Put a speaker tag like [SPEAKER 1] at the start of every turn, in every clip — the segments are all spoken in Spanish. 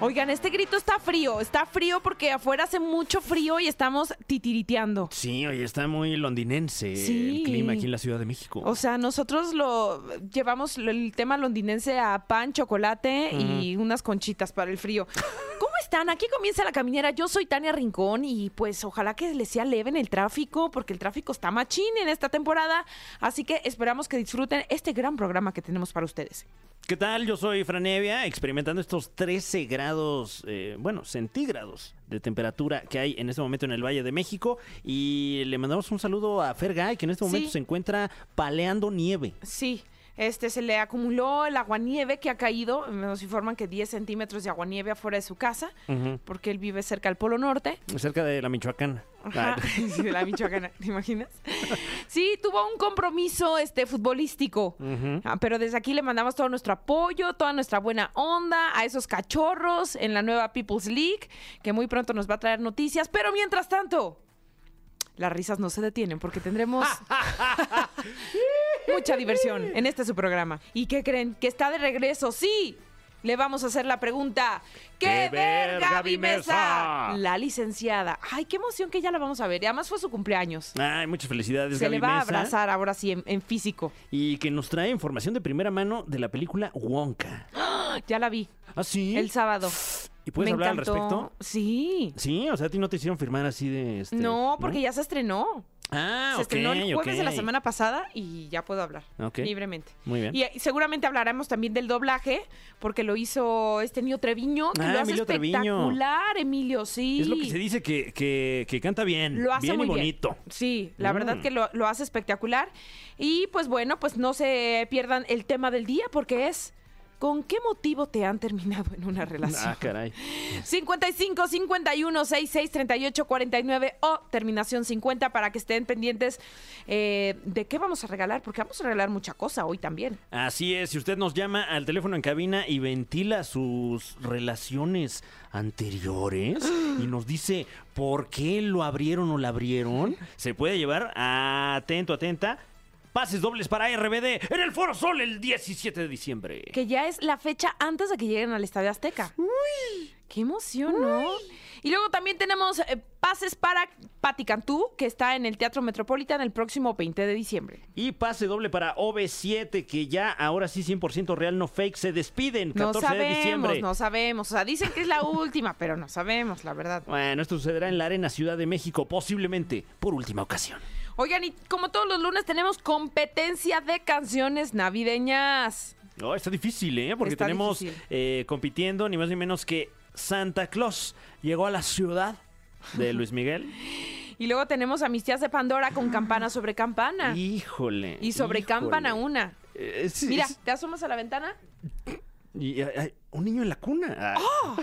[SPEAKER 1] Oigan, este grito está frío, está frío porque afuera hace mucho frío y estamos titiriteando.
[SPEAKER 2] Sí, oye, está muy londinense
[SPEAKER 1] Sí.
[SPEAKER 2] el clima aquí en la Ciudad de México.
[SPEAKER 1] O sea, nosotros lo llevamos lo- el tema londinense a pan, chocolate y unas conchitas para el frío. ¿Cómo están? Aquí comienza la caminera. Yo soy Tania Rincón y pues ojalá que les sea leve en el tráfico porque el tráfico está machín en esta temporada. Así que esperamos que disfruten este gran programa que tenemos para ustedes.
[SPEAKER 2] ¿Qué tal? Yo soy Franevia, experimentando estos 13 grados, eh, bueno, centígrados de temperatura que hay en este momento en el Valle de México. Y le mandamos un saludo a Fer Guy, que en este momento
[SPEAKER 1] Sí.
[SPEAKER 2] se encuentra paleando nieve.
[SPEAKER 1] Sí, este se le acumuló el aguanieve que ha caído. Nos informan que 10 centímetros de aguanieve afuera de su casa,
[SPEAKER 2] Ujú.
[SPEAKER 1] porque él vive cerca del Polo Norte.
[SPEAKER 2] Cerca de la Michoacán.
[SPEAKER 1] Ajá,
[SPEAKER 2] Ay,
[SPEAKER 1] sí, de la Michoacana, ¿te imaginas? Sí, tuvo un compromiso este futbolístico. Ah, Pero desde aquí le mandamos todo nuestro apoyo, toda nuestra buena onda a esos cachorros en la nueva People's League, que muy pronto nos va a traer noticias. Pero mientras tanto, las risas no se detienen porque tendremos mucha diversión en este su programa. ¿Y qué creen? Que está de regreso, sí. Le vamos a hacer la pregunta. ¿Qué,
[SPEAKER 2] ¡Qué
[SPEAKER 1] ver,
[SPEAKER 2] ver,
[SPEAKER 1] Gaby
[SPEAKER 2] Gaby
[SPEAKER 1] Mesa?
[SPEAKER 2] Mesa?
[SPEAKER 1] La licenciada. Ay, qué emoción que ya la vamos a ver. Y además fue su cumpleaños.
[SPEAKER 2] Ay, muchas felicidades,
[SPEAKER 1] Se
[SPEAKER 2] Gaby
[SPEAKER 1] le va a
[SPEAKER 2] Mesa.
[SPEAKER 1] abrazar ahora sí en, en físico.
[SPEAKER 2] Y que nos trae información de primera mano de la película Wonka.
[SPEAKER 1] Ya la vi
[SPEAKER 2] ¿Ah, sí?
[SPEAKER 1] el sábado.
[SPEAKER 2] ¿Y puedes
[SPEAKER 1] Me
[SPEAKER 2] hablar
[SPEAKER 1] encantó.
[SPEAKER 2] al respecto?
[SPEAKER 1] Sí.
[SPEAKER 2] Sí, o sea, a ti no te hicieron firmar así de... este,
[SPEAKER 1] No, porque ya se estrenó.
[SPEAKER 2] Ah,
[SPEAKER 1] se
[SPEAKER 2] ok,
[SPEAKER 1] estrenó el jueves de la
[SPEAKER 2] ok.
[SPEAKER 1] semana pasada y ya puedo hablar
[SPEAKER 2] Ok.
[SPEAKER 1] libremente.
[SPEAKER 2] Muy bien.
[SPEAKER 1] Y eh, seguramente hablaremos también del doblaje, porque lo hizo este Emilio Treviño, que
[SPEAKER 2] Ah,
[SPEAKER 1] lo hace
[SPEAKER 2] Emilio Treviño.
[SPEAKER 1] espectacular, Emilio, sí.
[SPEAKER 2] Es lo que se dice que, que- que canta bien.
[SPEAKER 1] Lo hace
[SPEAKER 2] bien
[SPEAKER 1] muy
[SPEAKER 2] y bonito.
[SPEAKER 1] bien. Sí, la verdad
[SPEAKER 2] Mm.
[SPEAKER 1] que lo, lo hace espectacular. Y pues bueno, pues no se pierdan el tema del día, porque es ¿con qué motivo te han terminado en una relación?
[SPEAKER 2] Ah, caray.
[SPEAKER 1] 55 51 66 38 49 o terminación 50 para que estén pendientes eh, de qué vamos a regalar, porque vamos a regalar mucha cosa hoy también.
[SPEAKER 2] Así es, si usted nos llama al teléfono en cabina y ventila sus relaciones anteriores y nos dice por qué lo abrieron o la abrieron, se puede llevar, atento, atenta, pases dobles para RBD en el Foro Sol el 17 de diciembre.
[SPEAKER 1] Que ya es la fecha antes de que lleguen al Estadio Azteca. ¡Qué emoción, ¿no? Y luego también tenemos eh, pases para Pati Cantú, que está en el Teatro Metropolitan el próximo 20 de diciembre.
[SPEAKER 2] Y pase doble para OB7, que ya ahora sí 100% real, no fake, se despiden 14
[SPEAKER 1] No
[SPEAKER 2] de
[SPEAKER 1] sabemos,
[SPEAKER 2] diciembre.
[SPEAKER 1] no sabemos. O sea, dicen que es la última, pero no sabemos, la verdad.
[SPEAKER 2] Bueno, esto sucederá en la Arena Ciudad de México, posiblemente por última ocasión.
[SPEAKER 1] Oigan, y como todos los lunes tenemos competencia de canciones navideñas.
[SPEAKER 2] No, está difícil, ¿eh? Porque
[SPEAKER 1] Está
[SPEAKER 2] tenemos
[SPEAKER 1] difícil.
[SPEAKER 2] eh, compitiendo ni más ni menos que Santa Claus llegó a la ciudad de Luis Miguel.
[SPEAKER 1] Y luego tenemos a mis tías de Pandora con campana sobre campana. Ah. Y,
[SPEAKER 2] Híjole.
[SPEAKER 1] sobre
[SPEAKER 2] híjole.
[SPEAKER 1] campana una.
[SPEAKER 2] Eh, es-
[SPEAKER 1] Mira,
[SPEAKER 2] es-
[SPEAKER 1] te asomas a la ventana.
[SPEAKER 2] y hay- hay un niño en la cuna. Ah,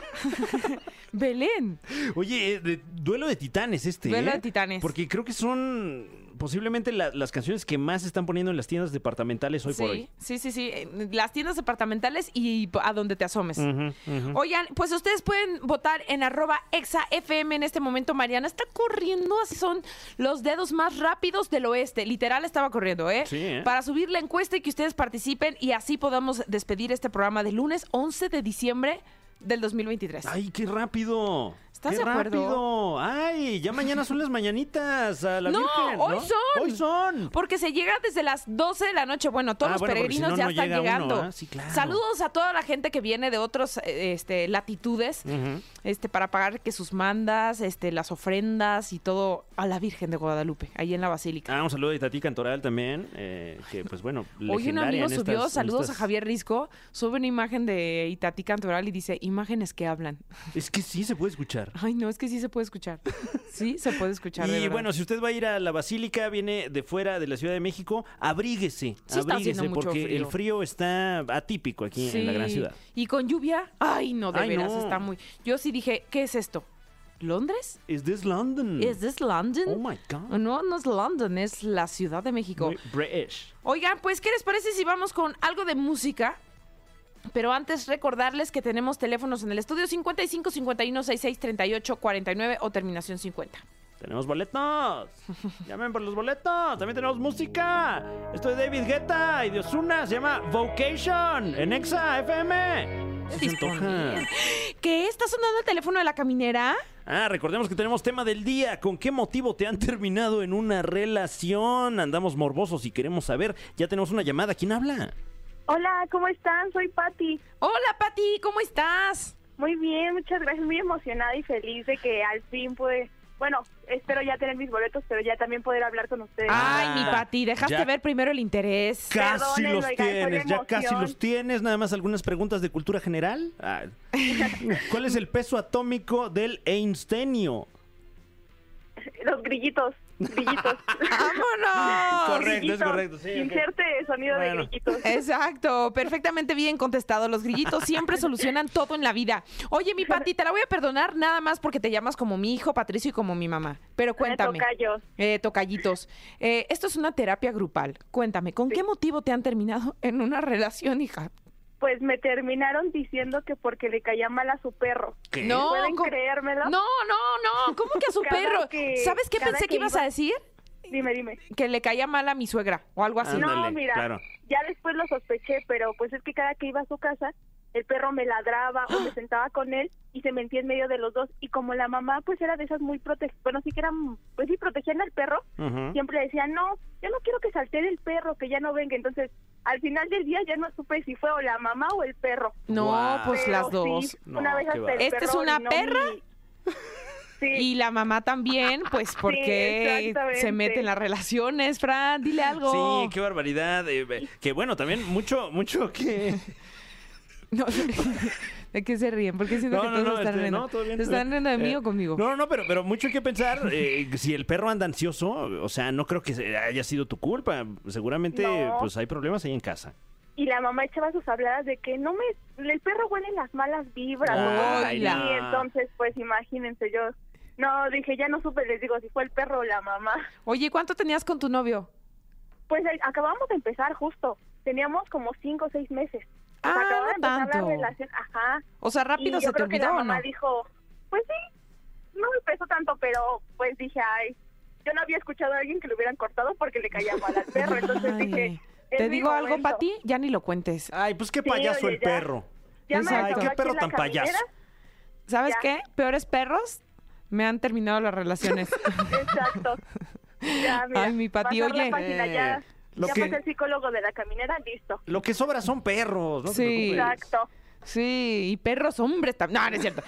[SPEAKER 1] Belén.
[SPEAKER 2] Oye, eh, de- duelo de titanes este.
[SPEAKER 1] Duelo
[SPEAKER 2] ¿eh?
[SPEAKER 1] de titanes.
[SPEAKER 2] Porque creo que son posiblemente la- las canciones que más se están poniendo en las tiendas departamentales hoy
[SPEAKER 1] sí,
[SPEAKER 2] por hoy.
[SPEAKER 1] sí, sí, sí. En Las tiendas departamentales y a donde te asomes.
[SPEAKER 2] Ujú, ujú.
[SPEAKER 1] Oigan, pues ustedes pueden votar en arroba exafm en este momento. Mariana está corriendo, así son los dedos más rápidos del oeste. Literal estaba corriendo, ¿eh?
[SPEAKER 2] Sí, ¿eh?
[SPEAKER 1] Para subir la encuesta y que ustedes participen y así podamos despedir este programa de lunes 11 de diciembre del 2023.
[SPEAKER 2] Ay, qué rápido.
[SPEAKER 1] ¿Estás
[SPEAKER 2] qué
[SPEAKER 1] de acuerdo?
[SPEAKER 2] rápido. Ay, ya mañana son las mañanitas a la
[SPEAKER 1] No,
[SPEAKER 2] Virgen,
[SPEAKER 1] hoy
[SPEAKER 2] ¿no?
[SPEAKER 1] son.
[SPEAKER 2] Hoy son.
[SPEAKER 1] Porque se llega desde las 12 de la noche. Bueno, todos
[SPEAKER 2] Ah,
[SPEAKER 1] los
[SPEAKER 2] bueno, porque si
[SPEAKER 1] peregrinos
[SPEAKER 2] no,
[SPEAKER 1] ya
[SPEAKER 2] no
[SPEAKER 1] están
[SPEAKER 2] llega uno,
[SPEAKER 1] llegando.
[SPEAKER 2] ¿ah? Sí, claro.
[SPEAKER 1] Saludos a toda la gente que viene de otras este, latitudes
[SPEAKER 2] Ujú.
[SPEAKER 1] este, para pagar que sus mandas, este, las ofrendas y todo a la Virgen de Guadalupe, ahí en la Basílica.
[SPEAKER 2] Ah, un saludo de Tati Cantoral también, eh, que pues bueno,
[SPEAKER 1] Hoy un
[SPEAKER 2] legendaria
[SPEAKER 1] amigo
[SPEAKER 2] en
[SPEAKER 1] subió,
[SPEAKER 2] estas- en
[SPEAKER 1] saludos
[SPEAKER 2] estas-
[SPEAKER 1] a Javier Risco, sube una imagen de Itatí Cantoral y dice, imágenes que hablan.
[SPEAKER 2] Es que sí se puede escuchar.
[SPEAKER 1] Ay, no, es que sí se puede escuchar. Sí, se puede escuchar. de
[SPEAKER 2] Y
[SPEAKER 1] verdad.
[SPEAKER 2] bueno, si usted va a ir a la basílica, viene de fuera de la Ciudad de México,
[SPEAKER 1] Sí
[SPEAKER 2] abríguese,
[SPEAKER 1] está haciendo
[SPEAKER 2] abríguese,
[SPEAKER 1] mucho
[SPEAKER 2] porque
[SPEAKER 1] frío.
[SPEAKER 2] el frío está atípico aquí en la gran
[SPEAKER 1] Sí.
[SPEAKER 2] ciudad.
[SPEAKER 1] Y con lluvia, ay, no, de
[SPEAKER 2] Ay,
[SPEAKER 1] veras,
[SPEAKER 2] no.
[SPEAKER 1] está muy... Yo sí dije, ¿qué es esto? ¿Londres?
[SPEAKER 2] ¿Es this London?
[SPEAKER 1] ¿Es this London?
[SPEAKER 2] Hmm. Oh my God.
[SPEAKER 1] No, no es London, es la Ciudad de México.
[SPEAKER 2] Muy British.
[SPEAKER 1] Oigan, pues, ¿qué les parece si vamos con algo de música? Pero antes recordarles que tenemos teléfonos en el estudio 55 51 66 38 49 o terminación 50.
[SPEAKER 2] Tenemos boletos. Llamen por los boletos. También tenemos música. Esto es David Guetta y de Ozuna. Se llama Vocation en Exa FM. Sí se antoja.
[SPEAKER 1] ¿Qué? ¿Está sonando el teléfono de la caminera?
[SPEAKER 2] Ah, recordemos que tenemos tema del día. ¿Con qué motivo te han terminado en una relación? Andamos morbosos y queremos saber. Ya tenemos una llamada. ¿Quién habla?
[SPEAKER 3] Hola, ¿cómo están? Soy Patti.
[SPEAKER 1] Hola, Pati, ¿cómo estás?
[SPEAKER 3] Muy bien, muchas gracias. Muy emocionada y feliz de que al fin pude... Bueno, espero ya tener mis boletos, pero ya también poder hablar con ustedes.
[SPEAKER 2] Ah.
[SPEAKER 1] Ay, mi Pati, dejaste
[SPEAKER 2] ya.
[SPEAKER 1] ver primero el interés.
[SPEAKER 2] Casi
[SPEAKER 3] Perdónenlo,
[SPEAKER 2] los
[SPEAKER 3] oigan, fue
[SPEAKER 2] tienes,
[SPEAKER 3] la
[SPEAKER 2] ya casi
[SPEAKER 3] emoción.
[SPEAKER 2] los tienes. Nada más algunas preguntas de cultura general. Ah. ¿Cuál es el peso atómico del einsteinio?
[SPEAKER 3] Los grillitos, grillitos.
[SPEAKER 1] ¡Vámonos!
[SPEAKER 2] Correcto, es
[SPEAKER 3] Grillitos.
[SPEAKER 2] correcto, sí, ok.
[SPEAKER 3] Inserte sonido
[SPEAKER 2] Bueno.
[SPEAKER 3] de grillitos.
[SPEAKER 1] Exacto, perfectamente bien contestado. Los grillitos siempre solucionan todo en la vida. Oye, mi Pati, te la voy a perdonar nada más porque te llamas como mi hijo Patricio y como mi mamá. Pero cuéntame.
[SPEAKER 3] tocayos.
[SPEAKER 1] Eh, tocallitos. Eh, esto es una terapia grupal. Cuéntame, ¿con qué motivo te han terminado en una relación, hija?
[SPEAKER 3] Pues me terminaron diciendo que porque le caía mal a su perro.
[SPEAKER 2] ¿Qué?
[SPEAKER 1] No,
[SPEAKER 3] ¿Pueden
[SPEAKER 1] ¿cómo-
[SPEAKER 3] creérmelo?
[SPEAKER 1] No, no, no. ¿Cómo que a su
[SPEAKER 3] Cada
[SPEAKER 1] perro?
[SPEAKER 3] que-
[SPEAKER 1] ¿Sabes qué
[SPEAKER 3] cada
[SPEAKER 1] pensé que,
[SPEAKER 3] que
[SPEAKER 1] ibas
[SPEAKER 3] iba-
[SPEAKER 1] a decir?
[SPEAKER 3] Dime, dime.
[SPEAKER 1] Que le caía mal a mi suegra o algo así.
[SPEAKER 2] Ah, Ándale,
[SPEAKER 3] no, mira,
[SPEAKER 2] claro.
[SPEAKER 3] ya después lo sospeché, pero pues es que cada que iba a su casa, el perro me ladraba o
[SPEAKER 1] ¡Ah!
[SPEAKER 3] me sentaba con él y se metía en medio de los dos. Y como la mamá pues era de esas muy prote... bueno, sí que eran, pues sí, protegían al perro,
[SPEAKER 2] Ujú.
[SPEAKER 3] siempre decía, no, yo no quiero que salte el perro, que ya no venga. Entonces, al final del día ya no supe si fue o la mamá o el perro.
[SPEAKER 1] No,
[SPEAKER 2] Guau.
[SPEAKER 1] pues
[SPEAKER 3] Pero
[SPEAKER 1] las dos.
[SPEAKER 3] sí, una
[SPEAKER 2] No,
[SPEAKER 3] vez
[SPEAKER 2] qué
[SPEAKER 3] hasta el
[SPEAKER 2] bárbaro.
[SPEAKER 1] ¿Esta es
[SPEAKER 3] perro
[SPEAKER 1] una
[SPEAKER 3] orinó
[SPEAKER 1] perra?
[SPEAKER 3] mi- Sí.
[SPEAKER 1] Y la mamá también, pues porque se
[SPEAKER 3] exactamente.
[SPEAKER 1] mete en las relaciones, Fran, dile algo.
[SPEAKER 2] Sí, qué barbaridad. eh, eh, que bueno, también mucho, mucho que.
[SPEAKER 1] No, ¿De qué se ríen? Porque siento que todos se están
[SPEAKER 2] este,
[SPEAKER 1] riendo.
[SPEAKER 2] no, todo bien,
[SPEAKER 1] ¿Se
[SPEAKER 2] todo
[SPEAKER 1] están
[SPEAKER 2] bien.
[SPEAKER 1] riendo de mí
[SPEAKER 2] Eh,
[SPEAKER 1] o conmigo?
[SPEAKER 2] No, no, pero, pero mucho que pensar. eh, si el perro anda ansioso, o sea, no creo que se- haya sido tu culpa. Seguramente,
[SPEAKER 3] No.
[SPEAKER 2] pues hay problemas ahí en casa.
[SPEAKER 3] y la mamá echaba sus habladas de que no me el perro huele las malas vibras o cosas
[SPEAKER 1] Ay,
[SPEAKER 3] así,
[SPEAKER 2] no.
[SPEAKER 3] entonces pues imagínense yo no dije ya no supe les digo si fue el perro o la mamá
[SPEAKER 1] Oye, ¿cuánto tenías con tu novio?
[SPEAKER 3] pues eh, acabamos de empezar justo teníamos como cinco o seis meses O sea,
[SPEAKER 1] Ah,
[SPEAKER 3] acababa de
[SPEAKER 1] no
[SPEAKER 3] empezar
[SPEAKER 1] tanto.
[SPEAKER 3] la relación ajá
[SPEAKER 1] O sea, rápido
[SPEAKER 3] y
[SPEAKER 1] se
[SPEAKER 3] yo
[SPEAKER 1] te
[SPEAKER 3] creo que la
[SPEAKER 1] olvidó o no.
[SPEAKER 3] mamá dijo pues sí no me pesó tanto pero pues dije ay yo no había escuchado a alguien que le hubieran cortado porque le caía mal al perro entonces
[SPEAKER 1] Ay,
[SPEAKER 3] dije
[SPEAKER 1] Te
[SPEAKER 3] es mi
[SPEAKER 1] digo algo,
[SPEAKER 3] momento.
[SPEAKER 1] Pati, ya ni lo cuentes.
[SPEAKER 2] Ay, pues qué
[SPEAKER 3] Sí,
[SPEAKER 2] payaso
[SPEAKER 3] oye,
[SPEAKER 2] el
[SPEAKER 3] ya.
[SPEAKER 2] perro.
[SPEAKER 3] Ya me
[SPEAKER 1] Exacto.
[SPEAKER 3] la acabó
[SPEAKER 1] Qué
[SPEAKER 3] aquí
[SPEAKER 2] perro
[SPEAKER 3] en la
[SPEAKER 2] tan payaso.
[SPEAKER 3] caminera.
[SPEAKER 1] ¿Sabes
[SPEAKER 3] Ya.
[SPEAKER 1] qué? Peores perros me han terminado las relaciones.
[SPEAKER 3] Exacto. Ya, mira,
[SPEAKER 1] Ay, mi Pati,
[SPEAKER 3] pasar la
[SPEAKER 1] oye. eh,
[SPEAKER 3] página ya.
[SPEAKER 2] Lo
[SPEAKER 3] ya
[SPEAKER 2] que-
[SPEAKER 3] pasé el psicólogo de la caminera, listo.
[SPEAKER 2] Lo que sobra son perros, ¿no? te
[SPEAKER 1] Sí.
[SPEAKER 2] preocupes.
[SPEAKER 3] Exacto.
[SPEAKER 1] Sí, y perros hombres también. No, no es cierto.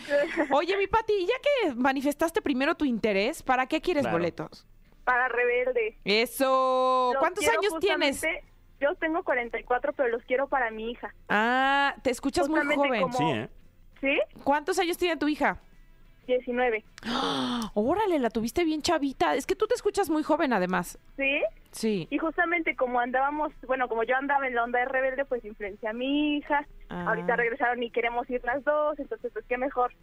[SPEAKER 1] Oye, mi Pati, ¿y ya que manifestaste primero tu interés, ¿para qué quieres
[SPEAKER 2] Claro.
[SPEAKER 1] boletos?
[SPEAKER 3] Para rebelde.
[SPEAKER 1] Eso.
[SPEAKER 3] Los
[SPEAKER 1] Oh, ¿Cuántos
[SPEAKER 3] quiero
[SPEAKER 1] años tienes?
[SPEAKER 3] justamente- Yo tengo 44, pero los quiero para mi hija.
[SPEAKER 1] Ah, te escuchas muy
[SPEAKER 3] Justamente
[SPEAKER 1] joven.
[SPEAKER 3] como-
[SPEAKER 2] Sí, ¿eh?
[SPEAKER 3] ¿Sí?
[SPEAKER 1] ¿Cuántos años tiene tu hija?
[SPEAKER 3] 19.
[SPEAKER 1] Órale, la tuviste bien chavita. Es que tú te escuchas muy joven, además.
[SPEAKER 3] ¿Sí?
[SPEAKER 1] Sí.
[SPEAKER 3] Y justamente como andábamos, bueno, como yo andaba en la onda de rebelde, pues influencié a mi hija.
[SPEAKER 1] Ah.
[SPEAKER 3] Ahorita regresaron y queremos ir las dos, entonces pues qué mejor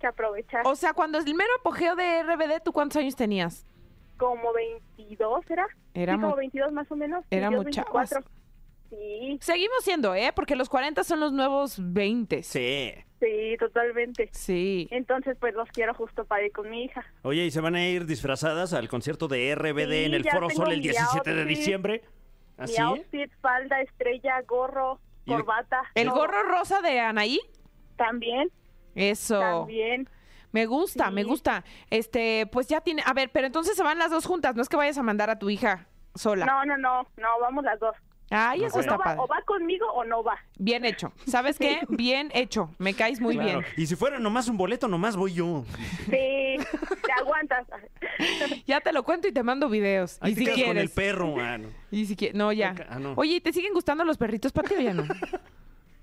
[SPEAKER 3] que aprovechar.
[SPEAKER 1] O sea, cuando es el mero apogeo de RBD, ¿tú cuántos años tenías?
[SPEAKER 3] Como 22, ¿era?
[SPEAKER 1] Era
[SPEAKER 3] sí, como
[SPEAKER 1] mu-
[SPEAKER 3] 22 más o menos.
[SPEAKER 1] era
[SPEAKER 3] 22,
[SPEAKER 1] mucha-
[SPEAKER 3] 24. Sí,
[SPEAKER 1] Seguimos siendo, ¿eh? Porque los 40 son los nuevos 20.
[SPEAKER 2] Sí.
[SPEAKER 3] Sí, totalmente.
[SPEAKER 1] Sí.
[SPEAKER 3] Entonces, pues los quiero justo para ir con mi hija.
[SPEAKER 2] Oye, ¿y se van a ir disfrazadas al concierto de RBD
[SPEAKER 3] Sí,
[SPEAKER 2] en el
[SPEAKER 3] ya
[SPEAKER 2] Foro
[SPEAKER 3] tengo
[SPEAKER 2] Sol el
[SPEAKER 3] mi
[SPEAKER 2] 17 de
[SPEAKER 3] outfit.
[SPEAKER 2] diciembre? ¿Ah, ¿Así?
[SPEAKER 3] Mi outfit, falda, estrella, gorro,
[SPEAKER 2] ¿Y el-
[SPEAKER 3] corbata.
[SPEAKER 1] ¿Ah, ¿El
[SPEAKER 3] todo.
[SPEAKER 1] gorro rosa de Anaí?
[SPEAKER 3] También,
[SPEAKER 1] Eso.
[SPEAKER 3] también.
[SPEAKER 1] Me gusta, me
[SPEAKER 3] Sí.
[SPEAKER 1] gusta. Este, pues ya tiene. A ver, pero entonces se van las dos juntas. No es que vayas a mandar a tu hija sola.
[SPEAKER 3] No, no, no, no, vamos las dos.
[SPEAKER 1] Ay, eso
[SPEAKER 2] Ok.
[SPEAKER 1] está
[SPEAKER 3] No va,
[SPEAKER 1] padre.
[SPEAKER 3] o va conmigo o no va.
[SPEAKER 1] Bien hecho. ¿Sabes qué? Bien hecho. Me caes muy
[SPEAKER 2] Claro.
[SPEAKER 1] bien.
[SPEAKER 2] Y si fuera nomás un boleto, nomás voy yo.
[SPEAKER 3] Sí, te aguantas.
[SPEAKER 1] Ya te lo cuento y te mando videos.
[SPEAKER 2] Ahí
[SPEAKER 1] y
[SPEAKER 2] te
[SPEAKER 1] si
[SPEAKER 2] quedas con
[SPEAKER 1] quieres.
[SPEAKER 2] el perro. Ah, no.
[SPEAKER 1] Y si quieres. No, ya.
[SPEAKER 2] Ah, no.
[SPEAKER 1] Oye, ¿y te siguen gustando los perritos, Pati, o ya no?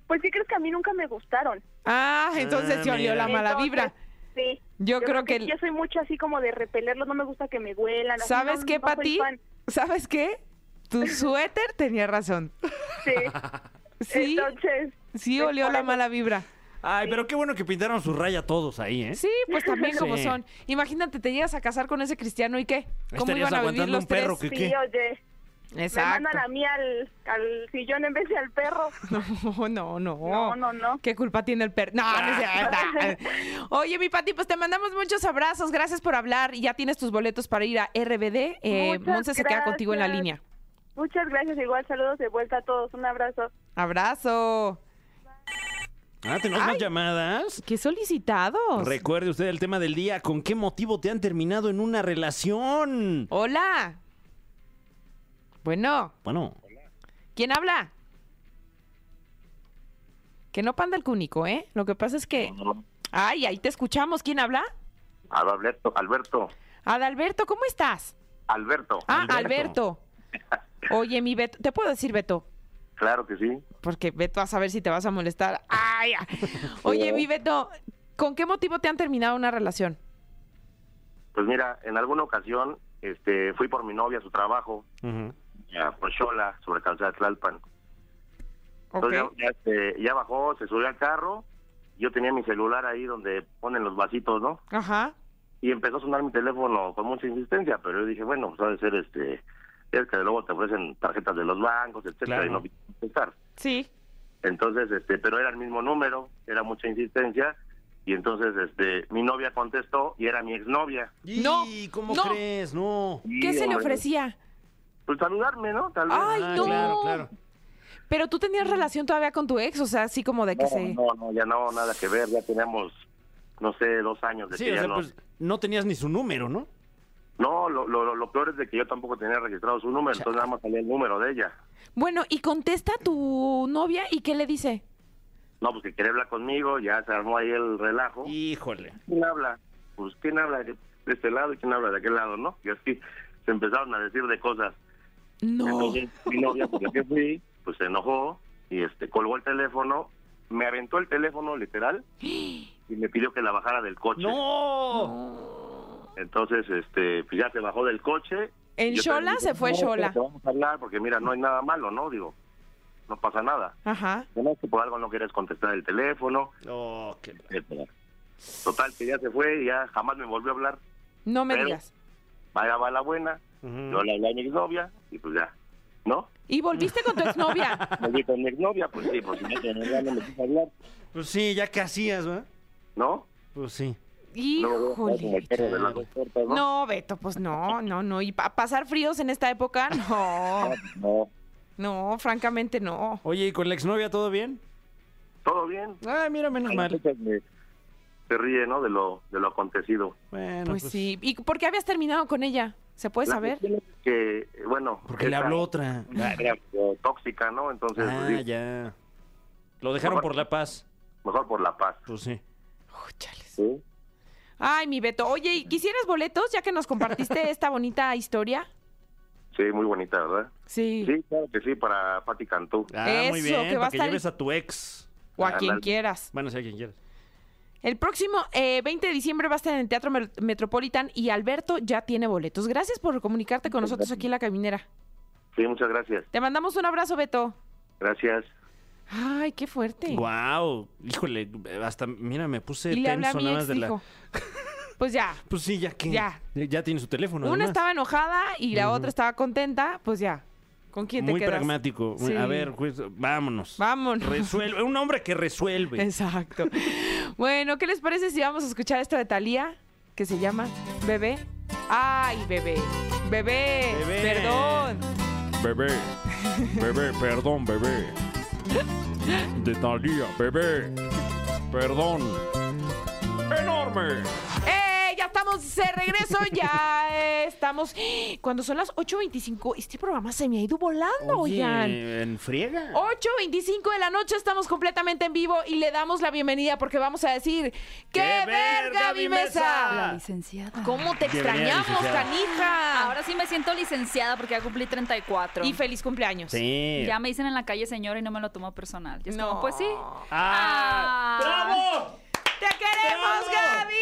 [SPEAKER 3] Pues sí, crees que a mí nunca me gustaron.
[SPEAKER 1] Ah, entonces
[SPEAKER 2] Ah,
[SPEAKER 1] se olió la
[SPEAKER 2] mira.
[SPEAKER 1] mala
[SPEAKER 3] Entonces,
[SPEAKER 1] vibra.
[SPEAKER 3] Sí.
[SPEAKER 1] Yo creo que el-
[SPEAKER 3] Yo soy mucho así como de repelerlos, no me gusta que me huelan. así,
[SPEAKER 1] ¿Sabes
[SPEAKER 3] no-
[SPEAKER 1] qué,
[SPEAKER 3] no soy
[SPEAKER 1] Pati?
[SPEAKER 3] fan.
[SPEAKER 1] ¿Sabes qué? Tu suéter tenía razón.
[SPEAKER 3] Sí.
[SPEAKER 1] Sí,
[SPEAKER 3] Entonces, pues,
[SPEAKER 1] sí
[SPEAKER 3] es
[SPEAKER 1] olió
[SPEAKER 3] por
[SPEAKER 1] la
[SPEAKER 3] eso.
[SPEAKER 1] mala vibra.
[SPEAKER 2] Ay, pero qué bueno que pintaron su raya todos ahí, ¿eh?
[SPEAKER 1] Sí, pues también como
[SPEAKER 2] Sí.
[SPEAKER 1] son. Imagínate, te llegas a casar con ese cristiano y qué. ¿Cómo
[SPEAKER 2] Estarías
[SPEAKER 1] iban a vivir
[SPEAKER 2] aguantando
[SPEAKER 1] los
[SPEAKER 2] un perro
[SPEAKER 1] tres?
[SPEAKER 3] sí,
[SPEAKER 2] ¿Qué?
[SPEAKER 3] oye. Me mandan
[SPEAKER 1] Exacto.
[SPEAKER 3] a mí al, al sillón en vez de al perro.
[SPEAKER 1] No, no, no.
[SPEAKER 3] No, no, no.
[SPEAKER 1] ¿Qué culpa tiene el perro? No, no es cierto. Oye, mi Pati, pues te mandamos muchos abrazos. Gracias por hablar. Y ya tienes tus boletos para ir a RBD. Eh,
[SPEAKER 3] Muchas
[SPEAKER 1] Monse se queda contigo en la
[SPEAKER 3] gracias.
[SPEAKER 1] línea.
[SPEAKER 3] Muchas gracias, igual saludos de vuelta a todos. Un abrazo.
[SPEAKER 1] Abrazo.
[SPEAKER 2] Ah, tenemos más
[SPEAKER 1] Ay.
[SPEAKER 2] llamadas.
[SPEAKER 1] ¡Qué solicitados!
[SPEAKER 2] Recuerde usted el tema del día. ¿Con qué motivo te han terminado en una relación?
[SPEAKER 1] Hola. Bueno,
[SPEAKER 2] Bueno,
[SPEAKER 1] ¿quién habla? Que no panda el cúnico, ¿eh? Lo que pasa es que... Ay, ahí te escuchamos. ¿Quién habla?
[SPEAKER 4] Alberto, Alberto,
[SPEAKER 1] Adalberto, ¿cómo estás?
[SPEAKER 4] Alberto.
[SPEAKER 1] Ah,
[SPEAKER 2] Alberto.
[SPEAKER 1] Alberto. Oye, mi Beto, ¿te puedo decir Beto?
[SPEAKER 4] Claro que sí.
[SPEAKER 1] Porque Beto, a saber si te vas a molestar. Ay, ah. Oye, mi Beto, ¿con qué motivo te han terminado una relación?
[SPEAKER 4] Pues mira, en alguna ocasión este, fui por mi novia a su trabajo,
[SPEAKER 2] ujú.
[SPEAKER 4] a Xola, sobre calzada Tlalpan.
[SPEAKER 1] Ok.
[SPEAKER 4] Entonces ya, ya, este, ya bajó, se subió al carro. Yo tenía mi celular ahí donde ponen los vasitos, ¿no?
[SPEAKER 1] Ajá.
[SPEAKER 4] Y empezó a sonar mi teléfono con mucha insistencia, pero yo dije, bueno, pues ha de ser este. Es que luego te ofrecen tarjetas de los bancos, etcétera,
[SPEAKER 2] Claro.
[SPEAKER 4] y no vi contestar.
[SPEAKER 1] Sí.
[SPEAKER 4] Entonces, este, pero era el mismo número, era mucha insistencia. Y entonces, este, mi novia contestó y era mi exnovia.
[SPEAKER 1] No,
[SPEAKER 2] Y, ¿Cómo
[SPEAKER 1] no.
[SPEAKER 2] crees? No.
[SPEAKER 1] ¿Qué
[SPEAKER 4] Y,
[SPEAKER 1] se le
[SPEAKER 4] hombre,
[SPEAKER 1] ofrecía?
[SPEAKER 4] Pues saludarme, ¿no? Tal vez.
[SPEAKER 1] Ay,
[SPEAKER 2] Ah,
[SPEAKER 1] no.
[SPEAKER 2] Claro, claro.
[SPEAKER 1] Pero tú tenías relación todavía con tu ex, o sea, así como de que
[SPEAKER 4] no,
[SPEAKER 1] se...
[SPEAKER 4] no, no, ya no, nada que ver. Ya teníamos, no sé, dos años de
[SPEAKER 2] Sí,
[SPEAKER 4] que
[SPEAKER 2] o
[SPEAKER 4] ya
[SPEAKER 2] sea,
[SPEAKER 4] no.
[SPEAKER 2] pues no tenías ni su número, ¿no?
[SPEAKER 4] No, lo, lo, lo peor es de que yo tampoco tenía registrado su número, entonces nada más salía el número de ella.
[SPEAKER 1] Bueno, y contesta tu novia y ¿qué le dice?
[SPEAKER 4] No, pues que quería hablar conmigo, ya se armó ahí el relajo.
[SPEAKER 2] Híjole.
[SPEAKER 4] ¿Quién habla? Pues, ¿quién habla de de este lado y quién habla de aquel lado, no? Y así se empezaron a decir de cosas.
[SPEAKER 1] No.
[SPEAKER 4] Entonces, mi novia, pues, la que fui, pues se enojó y este colgó el teléfono, me aventó el teléfono literal y me pidió que la bajara del coche.
[SPEAKER 2] No.
[SPEAKER 4] Entonces, este, pues ya se bajó del coche.
[SPEAKER 1] ¿En
[SPEAKER 4] Yo
[SPEAKER 1] Xola
[SPEAKER 4] también
[SPEAKER 1] se fue
[SPEAKER 4] dije, "No,
[SPEAKER 1] Xola?
[SPEAKER 4] pero Vamos a hablar porque mira, no hay nada malo, ¿no? Digo, no pasa nada.
[SPEAKER 1] Ajá.
[SPEAKER 4] No es que por algo no quieres contestar el teléfono,
[SPEAKER 2] No, Oh, qué-
[SPEAKER 4] etcétera. Total, que ya se fue y ya jamás me volvió a hablar.
[SPEAKER 1] No me
[SPEAKER 4] Pero-
[SPEAKER 1] digas.
[SPEAKER 4] Vaya, va la buena.
[SPEAKER 2] Ujú.
[SPEAKER 4] Yo le hablé a mi exnovia y pues ya, ¿no?
[SPEAKER 1] ¿Y volviste con tu exnovia?
[SPEAKER 4] Volví con mi exnovia, pues sí, pues si no tenía ganas, me quise hablar,
[SPEAKER 2] Pues sí, ya que hacías, ¿verdad?
[SPEAKER 4] ¿no?
[SPEAKER 2] Pues sí.
[SPEAKER 4] Luego,
[SPEAKER 1] Híjole.
[SPEAKER 4] como el perro de las dos puertas, ¿no?
[SPEAKER 1] No, Beto, pues no, no, no. Y pa- pasar fríos en esta época, no.
[SPEAKER 4] No.
[SPEAKER 1] No, francamente no.
[SPEAKER 2] Oye, ¿y con la exnovia todo bien?
[SPEAKER 4] Todo bien.
[SPEAKER 2] Ah, mira, menos mal.
[SPEAKER 4] Se- Se ríe, ¿no? De lo, de lo acontecido.
[SPEAKER 2] Bueno,
[SPEAKER 1] Pues sí. ¿Y por qué habías terminado con ella? ¿Se puede
[SPEAKER 4] La
[SPEAKER 1] saber?
[SPEAKER 4] cuestión es Que, bueno.
[SPEAKER 2] Porque le
[SPEAKER 4] esa-
[SPEAKER 2] habló otra.
[SPEAKER 4] Era como tóxica, ¿no? Entonces, pues,
[SPEAKER 2] Ah,
[SPEAKER 4] sí,
[SPEAKER 2] ya. Lo dejaron por la paz.
[SPEAKER 4] mejor por la paz.
[SPEAKER 2] Pues sí.
[SPEAKER 1] Uy, chales.
[SPEAKER 4] ¿sí?
[SPEAKER 1] Ay, mi Beto. Oye, ¿y ¿quisieras boletos ya que nos compartiste esta bonita historia?
[SPEAKER 4] Sí, muy bonita, ¿verdad? Sí, claro que sí, para Pati Cantú.
[SPEAKER 2] Ah, muy
[SPEAKER 1] Eso,
[SPEAKER 2] bien.
[SPEAKER 1] que va
[SPEAKER 2] para
[SPEAKER 1] a
[SPEAKER 2] que
[SPEAKER 1] estar-
[SPEAKER 2] lleves a tu ex.
[SPEAKER 1] O a quien
[SPEAKER 4] Ándale.
[SPEAKER 1] quieras.
[SPEAKER 2] Bueno, si a quien quieras.
[SPEAKER 1] El próximo eh, 20 de diciembre va a estar en el Teatro Mel- Metropolitan y Alberto ya tiene boletos. Gracias por comunicarte con nosotros aquí en La Caminera.
[SPEAKER 4] Sí, muchas gracias.
[SPEAKER 1] Te mandamos un abrazo, Beto.
[SPEAKER 4] Gracias.
[SPEAKER 1] Ay, qué fuerte.
[SPEAKER 2] Guau. Híjole, hasta, mira, me puse
[SPEAKER 1] y le hablé a
[SPEAKER 2] tenso
[SPEAKER 1] mi
[SPEAKER 2] nada
[SPEAKER 1] ex,
[SPEAKER 2] más de la...
[SPEAKER 1] dijo. Pues ya.
[SPEAKER 2] Pues sí, ya que...
[SPEAKER 1] Ya.
[SPEAKER 2] Ya tiene su teléfono,
[SPEAKER 1] Una
[SPEAKER 2] además.
[SPEAKER 1] estaba enojada y la otra estaba contenta. Pues ya. ¿Con quién te
[SPEAKER 2] Muy
[SPEAKER 1] quedas?
[SPEAKER 2] pragmático.
[SPEAKER 1] Sí.
[SPEAKER 2] A ver, pues, vámonos.
[SPEAKER 1] Vámonos.
[SPEAKER 2] Resuelve. Un hombre que resuelve.
[SPEAKER 1] Exacto. bueno, ¿qué les parece si vamos a escuchar esto de Thalía? Que se llama Bebé. Ay, bebé. Bebé.
[SPEAKER 2] Bebé.
[SPEAKER 1] Perdón.
[SPEAKER 5] Bebé, bebé, perdón, bebé. De Talía, bebé. Perdón. Enorme.
[SPEAKER 1] ¡Eh! Ya estamos de regreso, ya eh, estamos. Cuando son las 8.25, este programa se me ha ido volando,
[SPEAKER 2] Oye,
[SPEAKER 1] oigan.
[SPEAKER 2] en friega.
[SPEAKER 1] Oh, 8.25 de la noche estamos completamente en vivo y le damos la bienvenida porque vamos a decir ¡Qué, ver, Gaby Mesa!
[SPEAKER 6] Licenciada.
[SPEAKER 1] ¿Cómo te
[SPEAKER 2] Bienvenida,
[SPEAKER 1] extrañamos,
[SPEAKER 2] licenciada.
[SPEAKER 1] canija?
[SPEAKER 6] Ahora sí me siento licenciada porque ya cumplí 34.
[SPEAKER 1] y feliz cumpleaños.
[SPEAKER 2] Sí.
[SPEAKER 6] ya me dicen en la calle señora y no me lo tomo personal. Y es
[SPEAKER 1] No.
[SPEAKER 6] como, pues sí.
[SPEAKER 2] ¡Ah!
[SPEAKER 6] Ah.
[SPEAKER 2] ¡Bravo!
[SPEAKER 1] ¡Te queremos,
[SPEAKER 2] ¡Bravo!
[SPEAKER 1] Gaby!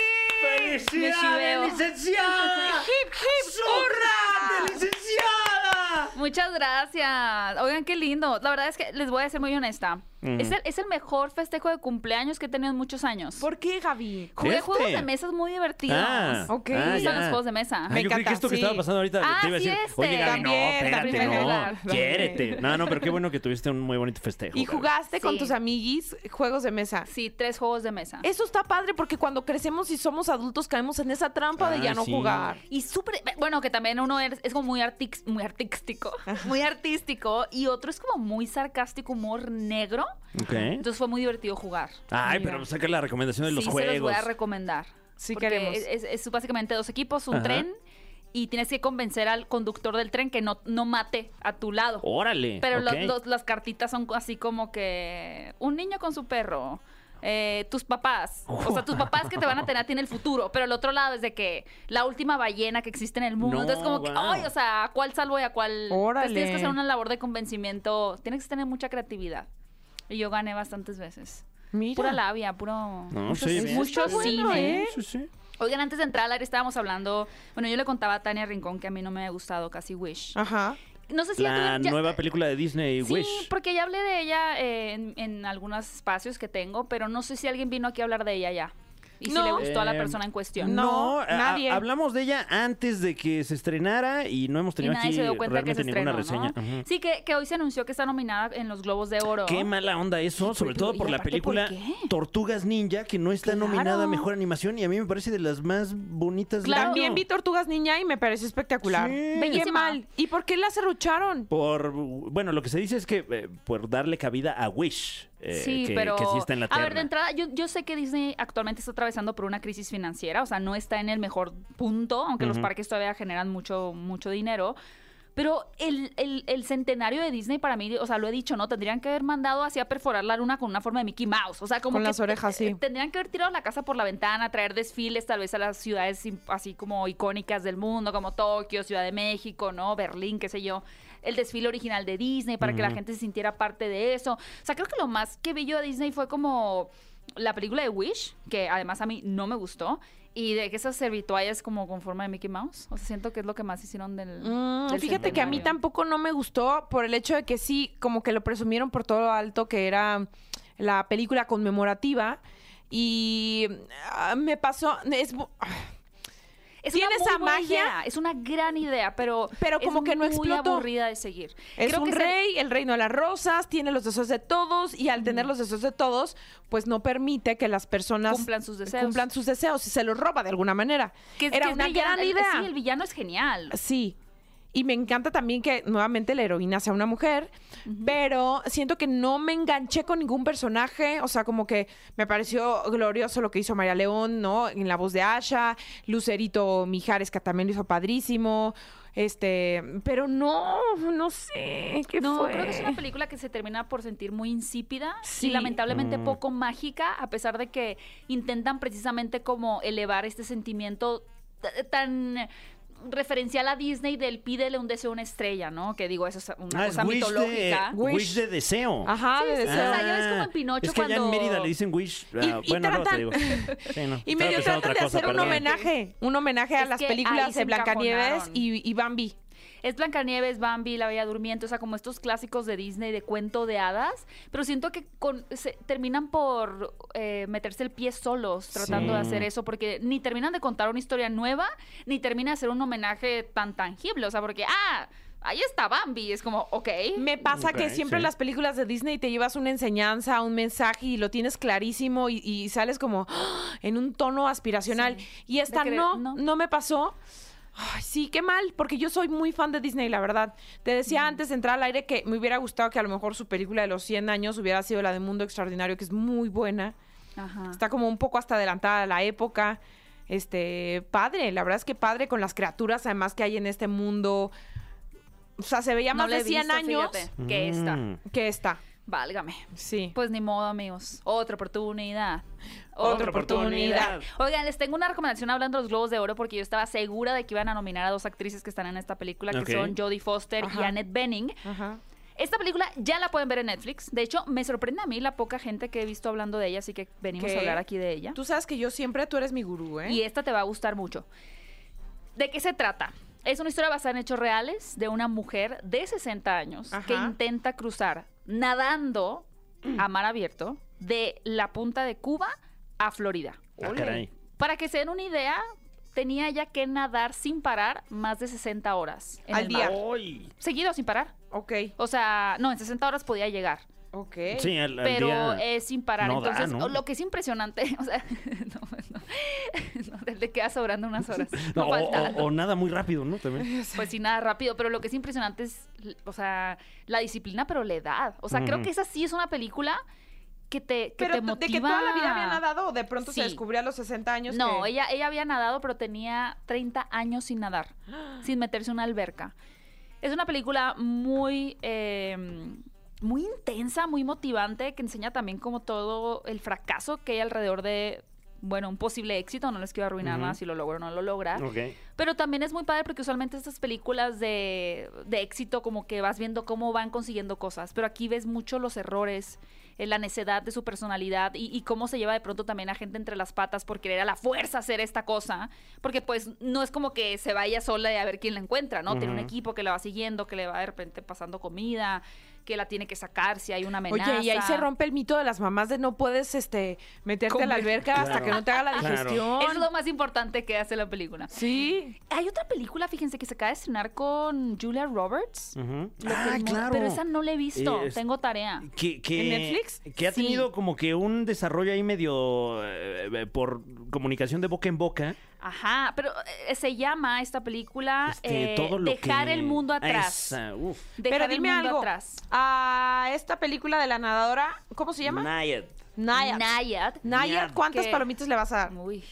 [SPEAKER 6] Me chiveo.
[SPEAKER 2] ¡Felicidades, licenciada!
[SPEAKER 1] ¡Hip, hip!
[SPEAKER 6] Ah.
[SPEAKER 2] ¡Zurrate, licenciada!
[SPEAKER 6] Muchas gracias. Oigan, qué lindo. La verdad es que les voy a ser muy honesta. Es, el, es el mejor festejo de cumpleaños que he tenido en muchos años.
[SPEAKER 1] ¿Por qué, Gaby?
[SPEAKER 6] Jugué
[SPEAKER 2] ¿Este?
[SPEAKER 6] juegos de mesas muy divertidos.
[SPEAKER 2] Ah,
[SPEAKER 1] Ok.
[SPEAKER 2] ah,
[SPEAKER 6] Me gustan
[SPEAKER 2] ya.
[SPEAKER 6] los juegos de mesa.
[SPEAKER 2] Ah,
[SPEAKER 1] Me
[SPEAKER 2] yo creí
[SPEAKER 1] encanta,
[SPEAKER 2] que esto que
[SPEAKER 1] sí.
[SPEAKER 2] estaba pasando ahorita
[SPEAKER 6] Ah,
[SPEAKER 2] te iba a
[SPEAKER 6] sí,
[SPEAKER 2] decir,
[SPEAKER 6] este.
[SPEAKER 2] oye, Gaby, no,
[SPEAKER 1] También,
[SPEAKER 2] espérate,
[SPEAKER 1] también,
[SPEAKER 6] claro,
[SPEAKER 2] no,
[SPEAKER 6] también.
[SPEAKER 2] quiérete. No, no, pero qué bueno que tuviste un muy bonito festejo.
[SPEAKER 1] Y
[SPEAKER 2] Gaby.
[SPEAKER 1] jugaste con
[SPEAKER 6] Sí.
[SPEAKER 1] tus amiguis juegos de mesa.
[SPEAKER 6] Sí, tres juegos de mesa.
[SPEAKER 1] Eso está padre porque cuando crecemos y somos adultos caemos en esa trampa de
[SPEAKER 2] Ah,
[SPEAKER 1] ya no
[SPEAKER 2] sí.
[SPEAKER 1] jugar.
[SPEAKER 6] Y súper, bueno, que también uno es, es como muy, artix- muy artístico, muy artístico, y otro es como muy sarcástico, humor negro.
[SPEAKER 2] Ok.
[SPEAKER 6] Entonces fue muy divertido jugar.
[SPEAKER 2] Ay,
[SPEAKER 1] Mira.
[SPEAKER 2] pero saca la recomendación Ah, de los
[SPEAKER 6] sí,
[SPEAKER 2] juegos.
[SPEAKER 6] se los voy a recomendar.
[SPEAKER 1] Sí
[SPEAKER 6] Porque
[SPEAKER 1] queremos.
[SPEAKER 6] Es, es básicamente dos equipos, un
[SPEAKER 2] Ajá.
[SPEAKER 6] tren, y tienes que convencer al conductor del tren que no, no mate a tu lado.
[SPEAKER 2] Órale.
[SPEAKER 6] Pero los-
[SPEAKER 2] Oh, ok.
[SPEAKER 6] los- las cartitas son así como que un niño con su perro. eh, tus papás, o sea, tus papás que te van a tener tiene el futuro, pero el otro lado es de que la última ballena que existe en el mundo,
[SPEAKER 2] No,
[SPEAKER 6] entonces como que,
[SPEAKER 2] guau.
[SPEAKER 6] ay, o sea, ¿a cuál salvo y a cuál? Entonces,
[SPEAKER 1] Órale.
[SPEAKER 6] tienes que hacer una labor de convencimiento, tienes que tener mucha creatividad. Y yo gané bastantes veces.
[SPEAKER 1] Mira.
[SPEAKER 6] Pura labia, puro...
[SPEAKER 2] No,
[SPEAKER 6] mucho
[SPEAKER 2] sí,
[SPEAKER 6] cine.
[SPEAKER 2] bien.
[SPEAKER 6] pues, mucho
[SPEAKER 1] Está bueno,
[SPEAKER 6] cine.
[SPEAKER 1] ¿eh?
[SPEAKER 2] Sí, sí.
[SPEAKER 6] Oigan, antes de entrar al aire estábamos hablando, bueno, yo le contaba a Tania Rincón que a mí no me ha gustado casi Wish.
[SPEAKER 1] Ajá.
[SPEAKER 6] No sé si ya
[SPEAKER 2] Ah, La
[SPEAKER 6] tuvieron- ya-
[SPEAKER 2] nueva película de Disney,
[SPEAKER 6] Sí,
[SPEAKER 2] Wish.
[SPEAKER 6] porque ya hablé de ella eh, en, en algunos espacios que tengo, pero no sé si alguien vino aquí a hablar de ella ya. Y si
[SPEAKER 1] No.
[SPEAKER 6] le gustó a la
[SPEAKER 2] Eh,
[SPEAKER 6] persona en cuestión.
[SPEAKER 1] No,
[SPEAKER 2] a- a-
[SPEAKER 1] nadie.
[SPEAKER 2] hablamos de ella antes de que se estrenara y no hemos
[SPEAKER 6] Y
[SPEAKER 2] tenido
[SPEAKER 6] nadie
[SPEAKER 2] aquí
[SPEAKER 6] se dio cuenta que
[SPEAKER 2] realmente
[SPEAKER 6] se
[SPEAKER 2] ninguna
[SPEAKER 6] estrenó,
[SPEAKER 2] reseña.
[SPEAKER 6] ¿no?
[SPEAKER 2] Ajá.
[SPEAKER 6] Sí, que, que hoy se anunció que está nominada en los Globos de Oro.
[SPEAKER 2] Qué mala onda eso, sobre
[SPEAKER 6] pero,
[SPEAKER 2] todo
[SPEAKER 6] ¿y
[SPEAKER 2] por la
[SPEAKER 6] aparte
[SPEAKER 2] película
[SPEAKER 6] por qué?
[SPEAKER 2] Tortugas Ninja, que no está
[SPEAKER 1] Claro.
[SPEAKER 2] nominada a Mejor Animación y a mí me parece de las más bonitas del
[SPEAKER 6] Claro.
[SPEAKER 1] También
[SPEAKER 2] año.
[SPEAKER 1] vi Tortugas Niña y me pareció espectacular.
[SPEAKER 2] Sí.
[SPEAKER 1] Qué
[SPEAKER 6] Bellísima.
[SPEAKER 1] mal. ¿Y por qué la cerrucharon?
[SPEAKER 2] Por, bueno, lo que se dice es que eh, por darle cabida a Wish, eh,
[SPEAKER 6] Sí,
[SPEAKER 2] que,
[SPEAKER 6] pero.
[SPEAKER 2] que sí está en la
[SPEAKER 6] a ver,
[SPEAKER 2] terna.
[SPEAKER 6] de entrada, yo, yo sé que Disney actualmente está atravesando por una crisis financiera, o sea, no está en el mejor punto, aunque los
[SPEAKER 2] Ujú.
[SPEAKER 6] parques todavía generan mucho, mucho dinero. Pero el, el- el centenario de Disney para mí, o sea, lo he dicho, ¿no? Tendrían que haber mandado así a perforar la luna con una forma de Mickey Mouse. O sea, como
[SPEAKER 1] Con
[SPEAKER 6] que
[SPEAKER 1] las orejas, sí.
[SPEAKER 6] eh, Tendrían que haber tirado la casa por la ventana, traer desfiles tal vez a las ciudades im- así como icónicas del mundo, como Tokio, Ciudad de México, ¿no? Berlín, qué sé yo. El desfile original de Disney para que la gente se sintiera parte de eso. O sea, creo que lo más que vi yo de Disney fue como la película de Wish, que además a mí no me gustó. Y de que esas servituallas como con forma de Mickey Mouse. O sea, siento que es lo que más hicieron del.
[SPEAKER 1] Mm,
[SPEAKER 6] del
[SPEAKER 1] fíjate que a mí
[SPEAKER 6] centenario.
[SPEAKER 1] tampoco no me gustó por el hecho de que sí, como que lo presumieron por todo lo alto que era la película conmemorativa. Y ah, me pasó. Es, bu-
[SPEAKER 6] Es
[SPEAKER 1] Tiene
[SPEAKER 6] una muy
[SPEAKER 1] esa
[SPEAKER 6] buena
[SPEAKER 1] magia.
[SPEAKER 6] idea, Es una gran idea, pero.
[SPEAKER 1] Pero como
[SPEAKER 6] es
[SPEAKER 1] que no
[SPEAKER 6] muy
[SPEAKER 1] explotó.
[SPEAKER 6] aburrida de seguir.
[SPEAKER 1] Es
[SPEAKER 6] Creo
[SPEAKER 1] un
[SPEAKER 6] que se-
[SPEAKER 1] rey, el reino de las rosas, tiene los deseos de todos y al tener los deseos de todos, pues no permite que las personas
[SPEAKER 6] Cumplan sus deseos.
[SPEAKER 1] cumplan sus deseos y se los roba de alguna manera.
[SPEAKER 6] que-
[SPEAKER 1] Era
[SPEAKER 6] que es
[SPEAKER 1] una
[SPEAKER 6] villano,
[SPEAKER 1] gran
[SPEAKER 6] el-
[SPEAKER 1] idea.
[SPEAKER 6] sí, el villano es genial.
[SPEAKER 1] Sí. Y me encanta también que nuevamente la heroína sea una mujer, pero siento que no me enganché con ningún personaje, o sea, como que me pareció glorioso lo que hizo María León, ¿no? En la voz de Asha, Lucerito Mijares, que también lo hizo padrísimo, este, pero no, no sé, ¿qué
[SPEAKER 6] No,
[SPEAKER 1] fue?
[SPEAKER 6] creo que es una película que se termina por sentir muy insípida
[SPEAKER 1] Sí.
[SPEAKER 6] y lamentablemente
[SPEAKER 2] Mm.
[SPEAKER 6] poco mágica, a pesar de que intentan precisamente como elevar este sentimiento t- tan referencial a Disney del pídele un deseo a una estrella, ¿no? Que digo, eso es una
[SPEAKER 2] Ah, es
[SPEAKER 6] cosa
[SPEAKER 2] Wish de,
[SPEAKER 6] mitológica.
[SPEAKER 1] Wish.
[SPEAKER 2] Wish de deseo. Ah,
[SPEAKER 1] Ajá, de
[SPEAKER 6] sí, sí,
[SPEAKER 1] deseo.
[SPEAKER 6] o sea, ya ves como en Pinocho
[SPEAKER 2] es que allá en
[SPEAKER 6] cuando-
[SPEAKER 2] Mérida le dicen Wish.
[SPEAKER 1] Y-
[SPEAKER 2] Ah,
[SPEAKER 1] y
[SPEAKER 2] bueno, luego te
[SPEAKER 1] tratan-
[SPEAKER 2] digo. Sí, no,
[SPEAKER 1] Y
[SPEAKER 2] estaba
[SPEAKER 1] medio
[SPEAKER 2] pensando
[SPEAKER 1] tratan
[SPEAKER 2] otra
[SPEAKER 1] de
[SPEAKER 2] cosa,
[SPEAKER 1] hacer un
[SPEAKER 2] perdón.
[SPEAKER 1] homenaje, un homenaje a
[SPEAKER 6] Es
[SPEAKER 1] las
[SPEAKER 6] que ahí
[SPEAKER 1] películas
[SPEAKER 6] se
[SPEAKER 1] de Blancanieves
[SPEAKER 6] encajonaron.
[SPEAKER 1] y, y Bambi.
[SPEAKER 6] Es Blancanieves, Bambi, La Bella Durmiente, o sea, como estos clásicos de Disney de cuento de hadas, pero siento que con- se- terminan por eh, meterse el pie solos tratando de
[SPEAKER 2] Sí.
[SPEAKER 6] hacer eso, porque ni terminan de contar una historia nueva, ni termina de hacer un homenaje tan tangible, o sea, porque, ah, ahí está Bambi, es como, ok.
[SPEAKER 1] Me pasa
[SPEAKER 2] Ok,
[SPEAKER 1] que siempre
[SPEAKER 2] sí.
[SPEAKER 1] en las películas de Disney te llevas una enseñanza, un mensaje y lo tienes clarísimo y, y sales como ¡ah! en un tono aspiracional.
[SPEAKER 6] Sí.
[SPEAKER 1] Y esta
[SPEAKER 6] De querer-
[SPEAKER 1] no,
[SPEAKER 6] no.
[SPEAKER 1] no, me pasó. Ay, sí, qué mal, porque yo soy muy fan de Disney, la verdad. Te decía antes de entrar al aire que me hubiera gustado que a lo mejor su película de los 100 años hubiera sido la de Mundo Extraordinario, que es muy buena.
[SPEAKER 6] Ah. Ajá.
[SPEAKER 1] Está como un poco hasta adelantada a la época. Este, padre, la verdad es que padre con las criaturas además que hay en este mundo. O sea, se veía más
[SPEAKER 6] la he
[SPEAKER 1] de 100
[SPEAKER 6] visto,
[SPEAKER 1] años
[SPEAKER 6] fíjate, que esta.
[SPEAKER 2] Mm.
[SPEAKER 1] que esta.
[SPEAKER 6] Válgame.
[SPEAKER 1] Sí.
[SPEAKER 6] Pues ni modo, amigos. Otra oportunidad.
[SPEAKER 1] Otra oportunidad.
[SPEAKER 6] Oigan, les tengo una recomendación hablando de los Globos de Oro porque yo estaba segura de que iban a nominar a dos actrices que están en esta película, que
[SPEAKER 2] Ok.
[SPEAKER 6] son Jodie Foster y
[SPEAKER 1] Ajá.
[SPEAKER 6] Annette Benning.
[SPEAKER 1] Ajá.
[SPEAKER 6] Esta película ya la pueden ver en Netflix. De hecho, me sorprende a mí la poca gente que he visto hablando de ella, así que venimos
[SPEAKER 1] ¿Qué?
[SPEAKER 6] a hablar aquí de ella.
[SPEAKER 1] Tú sabes que yo siempre, tú eres mi gurú, ¿eh?
[SPEAKER 6] Y esta te va a gustar mucho. ¿De qué se trata? Es una historia basada en hechos reales de una mujer de 60 años que
[SPEAKER 1] Ajá.
[SPEAKER 6] intenta cruzar nadando a mar abierto de la punta de Cuba a Florida.
[SPEAKER 2] Ah, caray.
[SPEAKER 6] Para que se den una idea, tenía ya que nadar sin parar más de 60 horas. en
[SPEAKER 1] Al
[SPEAKER 6] el
[SPEAKER 1] día.
[SPEAKER 6] mar.
[SPEAKER 2] Ay.
[SPEAKER 6] Seguido sin parar.
[SPEAKER 1] Ok,
[SPEAKER 6] O sea, no, en 60 horas podía llegar.
[SPEAKER 1] ok.
[SPEAKER 2] Sí, al, al
[SPEAKER 6] pero
[SPEAKER 2] día.
[SPEAKER 6] es sin parar.
[SPEAKER 2] no da,
[SPEAKER 6] Entonces,
[SPEAKER 2] ¿no?
[SPEAKER 6] lo que es impresionante, o sea, no, no, no, le queda sobrando unas horas.
[SPEAKER 2] No,
[SPEAKER 6] No,
[SPEAKER 2] o,
[SPEAKER 6] falta.
[SPEAKER 2] o- o nada muy rápido, ¿no? También.
[SPEAKER 6] Pues sí, nada rápido, pero lo que es impresionante es, o sea, la disciplina, pero la edad. O sea, creo
[SPEAKER 2] Ujú.
[SPEAKER 6] que esa sí es una película que te, que
[SPEAKER 1] Pero
[SPEAKER 6] te
[SPEAKER 1] de
[SPEAKER 6] motiva.
[SPEAKER 1] que toda la vida había nadado, ¿o de pronto se
[SPEAKER 6] Sí.
[SPEAKER 1] descubrió a los 60 años.
[SPEAKER 6] No,
[SPEAKER 1] que-
[SPEAKER 6] ella, ella había nadado, pero tenía 30 años sin nadar, sin meterse en una alberca. Es una película muy, eh, muy intensa, muy motivante, que enseña también como todo el fracaso que hay alrededor de, bueno, un posible éxito. No les quiero arruinar
[SPEAKER 2] Ujú.
[SPEAKER 6] nada si lo logra o no lo logra.
[SPEAKER 2] Ok.
[SPEAKER 6] Pero también es muy padre porque usualmente estas películas de, de éxito como que vas viendo cómo van consiguiendo cosas, pero aquí ves mucho los errores, eh, la necedad de su personalidad y, y cómo se lleva de pronto también a gente entre las patas por querer a la fuerza hacer esta cosa, porque pues no es como que se vaya sola y a ver quién la encuentra, ¿no? Tiene un
[SPEAKER 2] Ujú.
[SPEAKER 6] equipo que la va siguiendo, que le va de repente pasando comida, que la tiene que sacar si hay una amenaza.
[SPEAKER 1] Oye, y ahí se rompe el mito de las mamás de no puedes este meterte a la
[SPEAKER 6] Comer.
[SPEAKER 1] alberca hasta
[SPEAKER 2] Claro.
[SPEAKER 1] que no te haga la
[SPEAKER 2] Claro.
[SPEAKER 1] digestión.
[SPEAKER 6] Es lo más importante que hace la película.
[SPEAKER 1] Sí.
[SPEAKER 6] Hay otra película, fíjense, que se acaba de estrenar con Julia Roberts.
[SPEAKER 2] Ujú.
[SPEAKER 6] Lo
[SPEAKER 1] Ah,
[SPEAKER 6] que es mo- Pero esa no la he visto.
[SPEAKER 2] Eh, es-
[SPEAKER 6] Tengo tarea.
[SPEAKER 2] que, que-
[SPEAKER 1] ¿En Netflix?
[SPEAKER 2] Que ha
[SPEAKER 6] Sí.
[SPEAKER 2] tenido como que un desarrollo ahí medio eh, eh, por comunicación de boca en boca.
[SPEAKER 6] Ajá. Pero eh, se llama esta película
[SPEAKER 2] Este,
[SPEAKER 6] eh,
[SPEAKER 2] todo lo
[SPEAKER 6] Dejar
[SPEAKER 2] que-
[SPEAKER 6] el mundo
[SPEAKER 2] Ah,
[SPEAKER 6] atrás.
[SPEAKER 2] esa, uf.
[SPEAKER 6] Dejar
[SPEAKER 1] Pero dime
[SPEAKER 6] el mundo
[SPEAKER 1] algo.
[SPEAKER 6] atrás.
[SPEAKER 1] A esta película de la nadadora, ¿cómo se llama?
[SPEAKER 2] Nayet.
[SPEAKER 1] Nayad.
[SPEAKER 6] Nayad.
[SPEAKER 1] Nayad, ¿cuántas
[SPEAKER 6] Que-
[SPEAKER 1] palomitas le vas a dar?
[SPEAKER 6] Uy.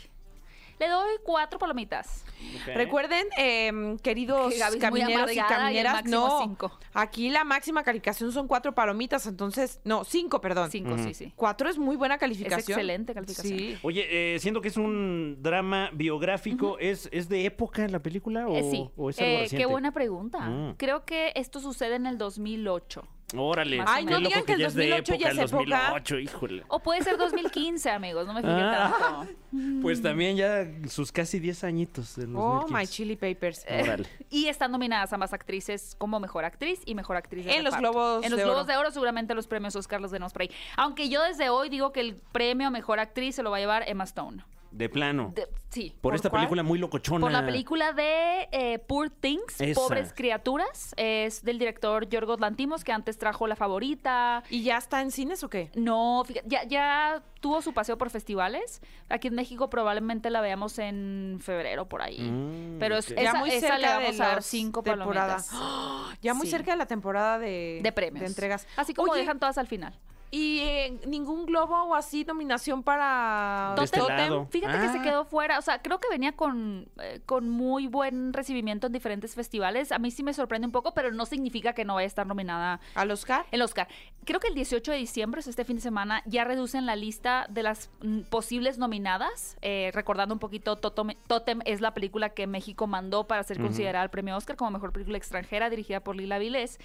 [SPEAKER 6] Le doy cuatro palomitas.
[SPEAKER 2] Ok.
[SPEAKER 1] Recuerden, eh, queridos
[SPEAKER 6] Que Gaby es muy
[SPEAKER 1] camineros y
[SPEAKER 6] amargada y el
[SPEAKER 1] camineras,
[SPEAKER 6] máximo
[SPEAKER 1] no.
[SPEAKER 6] cinco.
[SPEAKER 1] Aquí la máxima calificación son cuatro palomitas, entonces, no, cinco, perdón.
[SPEAKER 6] Cinco,
[SPEAKER 2] Ujú.
[SPEAKER 6] sí, sí.
[SPEAKER 1] Cuatro es muy buena calificación.
[SPEAKER 6] excelente calificación.
[SPEAKER 1] Sí.
[SPEAKER 2] Oye, eh, siendo que es un drama biográfico, ¿es, ¿es de época la película o,
[SPEAKER 6] Eh, sí.
[SPEAKER 2] Oh, o es algo
[SPEAKER 6] Eh,
[SPEAKER 2] reciente?
[SPEAKER 6] qué buena pregunta.
[SPEAKER 2] Mm.
[SPEAKER 6] Creo que esto sucede en el 2008.
[SPEAKER 2] Órale.
[SPEAKER 6] Más o Ay, no menos. Oh,
[SPEAKER 2] Qué
[SPEAKER 6] digan
[SPEAKER 2] loco
[SPEAKER 1] que el
[SPEAKER 2] ya es de
[SPEAKER 1] 2008 ya
[SPEAKER 2] época,
[SPEAKER 1] es época.
[SPEAKER 2] El 2008, híjole.
[SPEAKER 6] O puede ser 2015, amigos. No me fijé
[SPEAKER 2] Ah.
[SPEAKER 6] tanto.
[SPEAKER 2] Pues también ya sus casi 10 añitos en
[SPEAKER 1] Oh,
[SPEAKER 2] 2015.
[SPEAKER 1] my chili papers.
[SPEAKER 2] Órale.
[SPEAKER 6] Y están nominadas ambas actrices como mejor actriz y mejor actriz de
[SPEAKER 1] En los
[SPEAKER 6] reparto.
[SPEAKER 1] Globos
[SPEAKER 6] En los
[SPEAKER 1] de
[SPEAKER 6] Globos
[SPEAKER 1] Oro.
[SPEAKER 6] de Oro, seguramente los premios Oscar los tenemos por ahí. Aunque yo desde hoy digo que el premio a mejor actriz se lo va a llevar Emma Stone.
[SPEAKER 2] De plano.
[SPEAKER 6] De- sí.
[SPEAKER 2] Por,
[SPEAKER 1] ¿Por
[SPEAKER 2] esta
[SPEAKER 1] cuál?
[SPEAKER 2] película muy locochona.
[SPEAKER 6] Por la película de eh, Poor Things,
[SPEAKER 2] Esa.
[SPEAKER 6] Pobres Criaturas, es del director Yorgos Lantimos, que antes trajo La Favorita,
[SPEAKER 1] ¿Y ya está en cines o qué?
[SPEAKER 6] No, fíjate, ya, ya tuvo su paseo por festivales. Aquí en México probablemente la veamos en febrero por ahí.
[SPEAKER 2] Mm,
[SPEAKER 6] Pero es,
[SPEAKER 2] ok.
[SPEAKER 6] esa,
[SPEAKER 1] Ya muy
[SPEAKER 6] esa
[SPEAKER 1] cerca
[SPEAKER 6] le vamos
[SPEAKER 1] de
[SPEAKER 6] a dar
[SPEAKER 1] los
[SPEAKER 6] cinco
[SPEAKER 1] temporadas.
[SPEAKER 6] palomitas
[SPEAKER 1] Ya muy
[SPEAKER 6] Sí.
[SPEAKER 1] cerca de la temporada de,
[SPEAKER 6] de premios.
[SPEAKER 1] de entregas.
[SPEAKER 6] Así como
[SPEAKER 1] Oye,
[SPEAKER 6] dejan todas al final.
[SPEAKER 1] ¿Y eh, ningún globo o así nominación para
[SPEAKER 2] De este lado.
[SPEAKER 6] Fíjate que se
[SPEAKER 2] Ah.
[SPEAKER 6] quedó fuera. O sea, creo que venía con, eh, con muy buen recibimiento en diferentes festivales. A mí sí me sorprende un poco, pero no significa que no vaya a estar nominada
[SPEAKER 1] al Oscar?
[SPEAKER 6] el Oscar. Creo que el 18 de diciembre, o sea, este fin de semana, ya reducen la lista de las mm, posibles nominadas. Eh, recordando un poquito, Totem, Totem es la película que México mandó para ser
[SPEAKER 2] Ujú.
[SPEAKER 6] considerada al premio Oscar como mejor película extranjera, dirigida por Lila Vilés.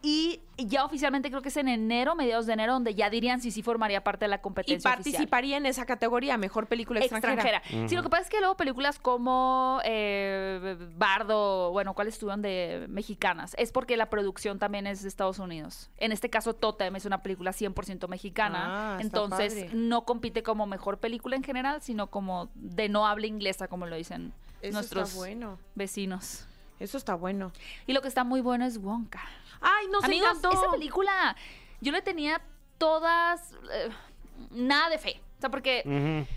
[SPEAKER 6] Y ya oficialmente creo que es en enero, mediados de enero, donde ya dirían si sí formaría parte de la competencia.
[SPEAKER 1] Y
[SPEAKER 6] oficial
[SPEAKER 1] participaría en esa categoría, mejor película extranjera.
[SPEAKER 6] Sí, lo que pasa es que luego películas como eh, Bardo, bueno, ¿cuáles estuvieron de mexicanas? Es porque la producción también es de Estados Unidos. En este caso, Totem es una película 100% mexicana.
[SPEAKER 1] Ah, está
[SPEAKER 6] entonces,
[SPEAKER 1] padre.
[SPEAKER 6] no compite como mejor película en general, sino como de no habla inglesa, como lo dicen
[SPEAKER 1] Eso
[SPEAKER 6] nuestros
[SPEAKER 1] está bueno.
[SPEAKER 6] vecinos.
[SPEAKER 1] Eso está bueno.
[SPEAKER 6] Y lo que está muy bueno es Wonka.
[SPEAKER 1] Ay, nos
[SPEAKER 6] Amigos,
[SPEAKER 1] encantó.
[SPEAKER 6] esa película, yo le tenía todas. eh, nada de fe. O sea, porque.
[SPEAKER 2] Ujú.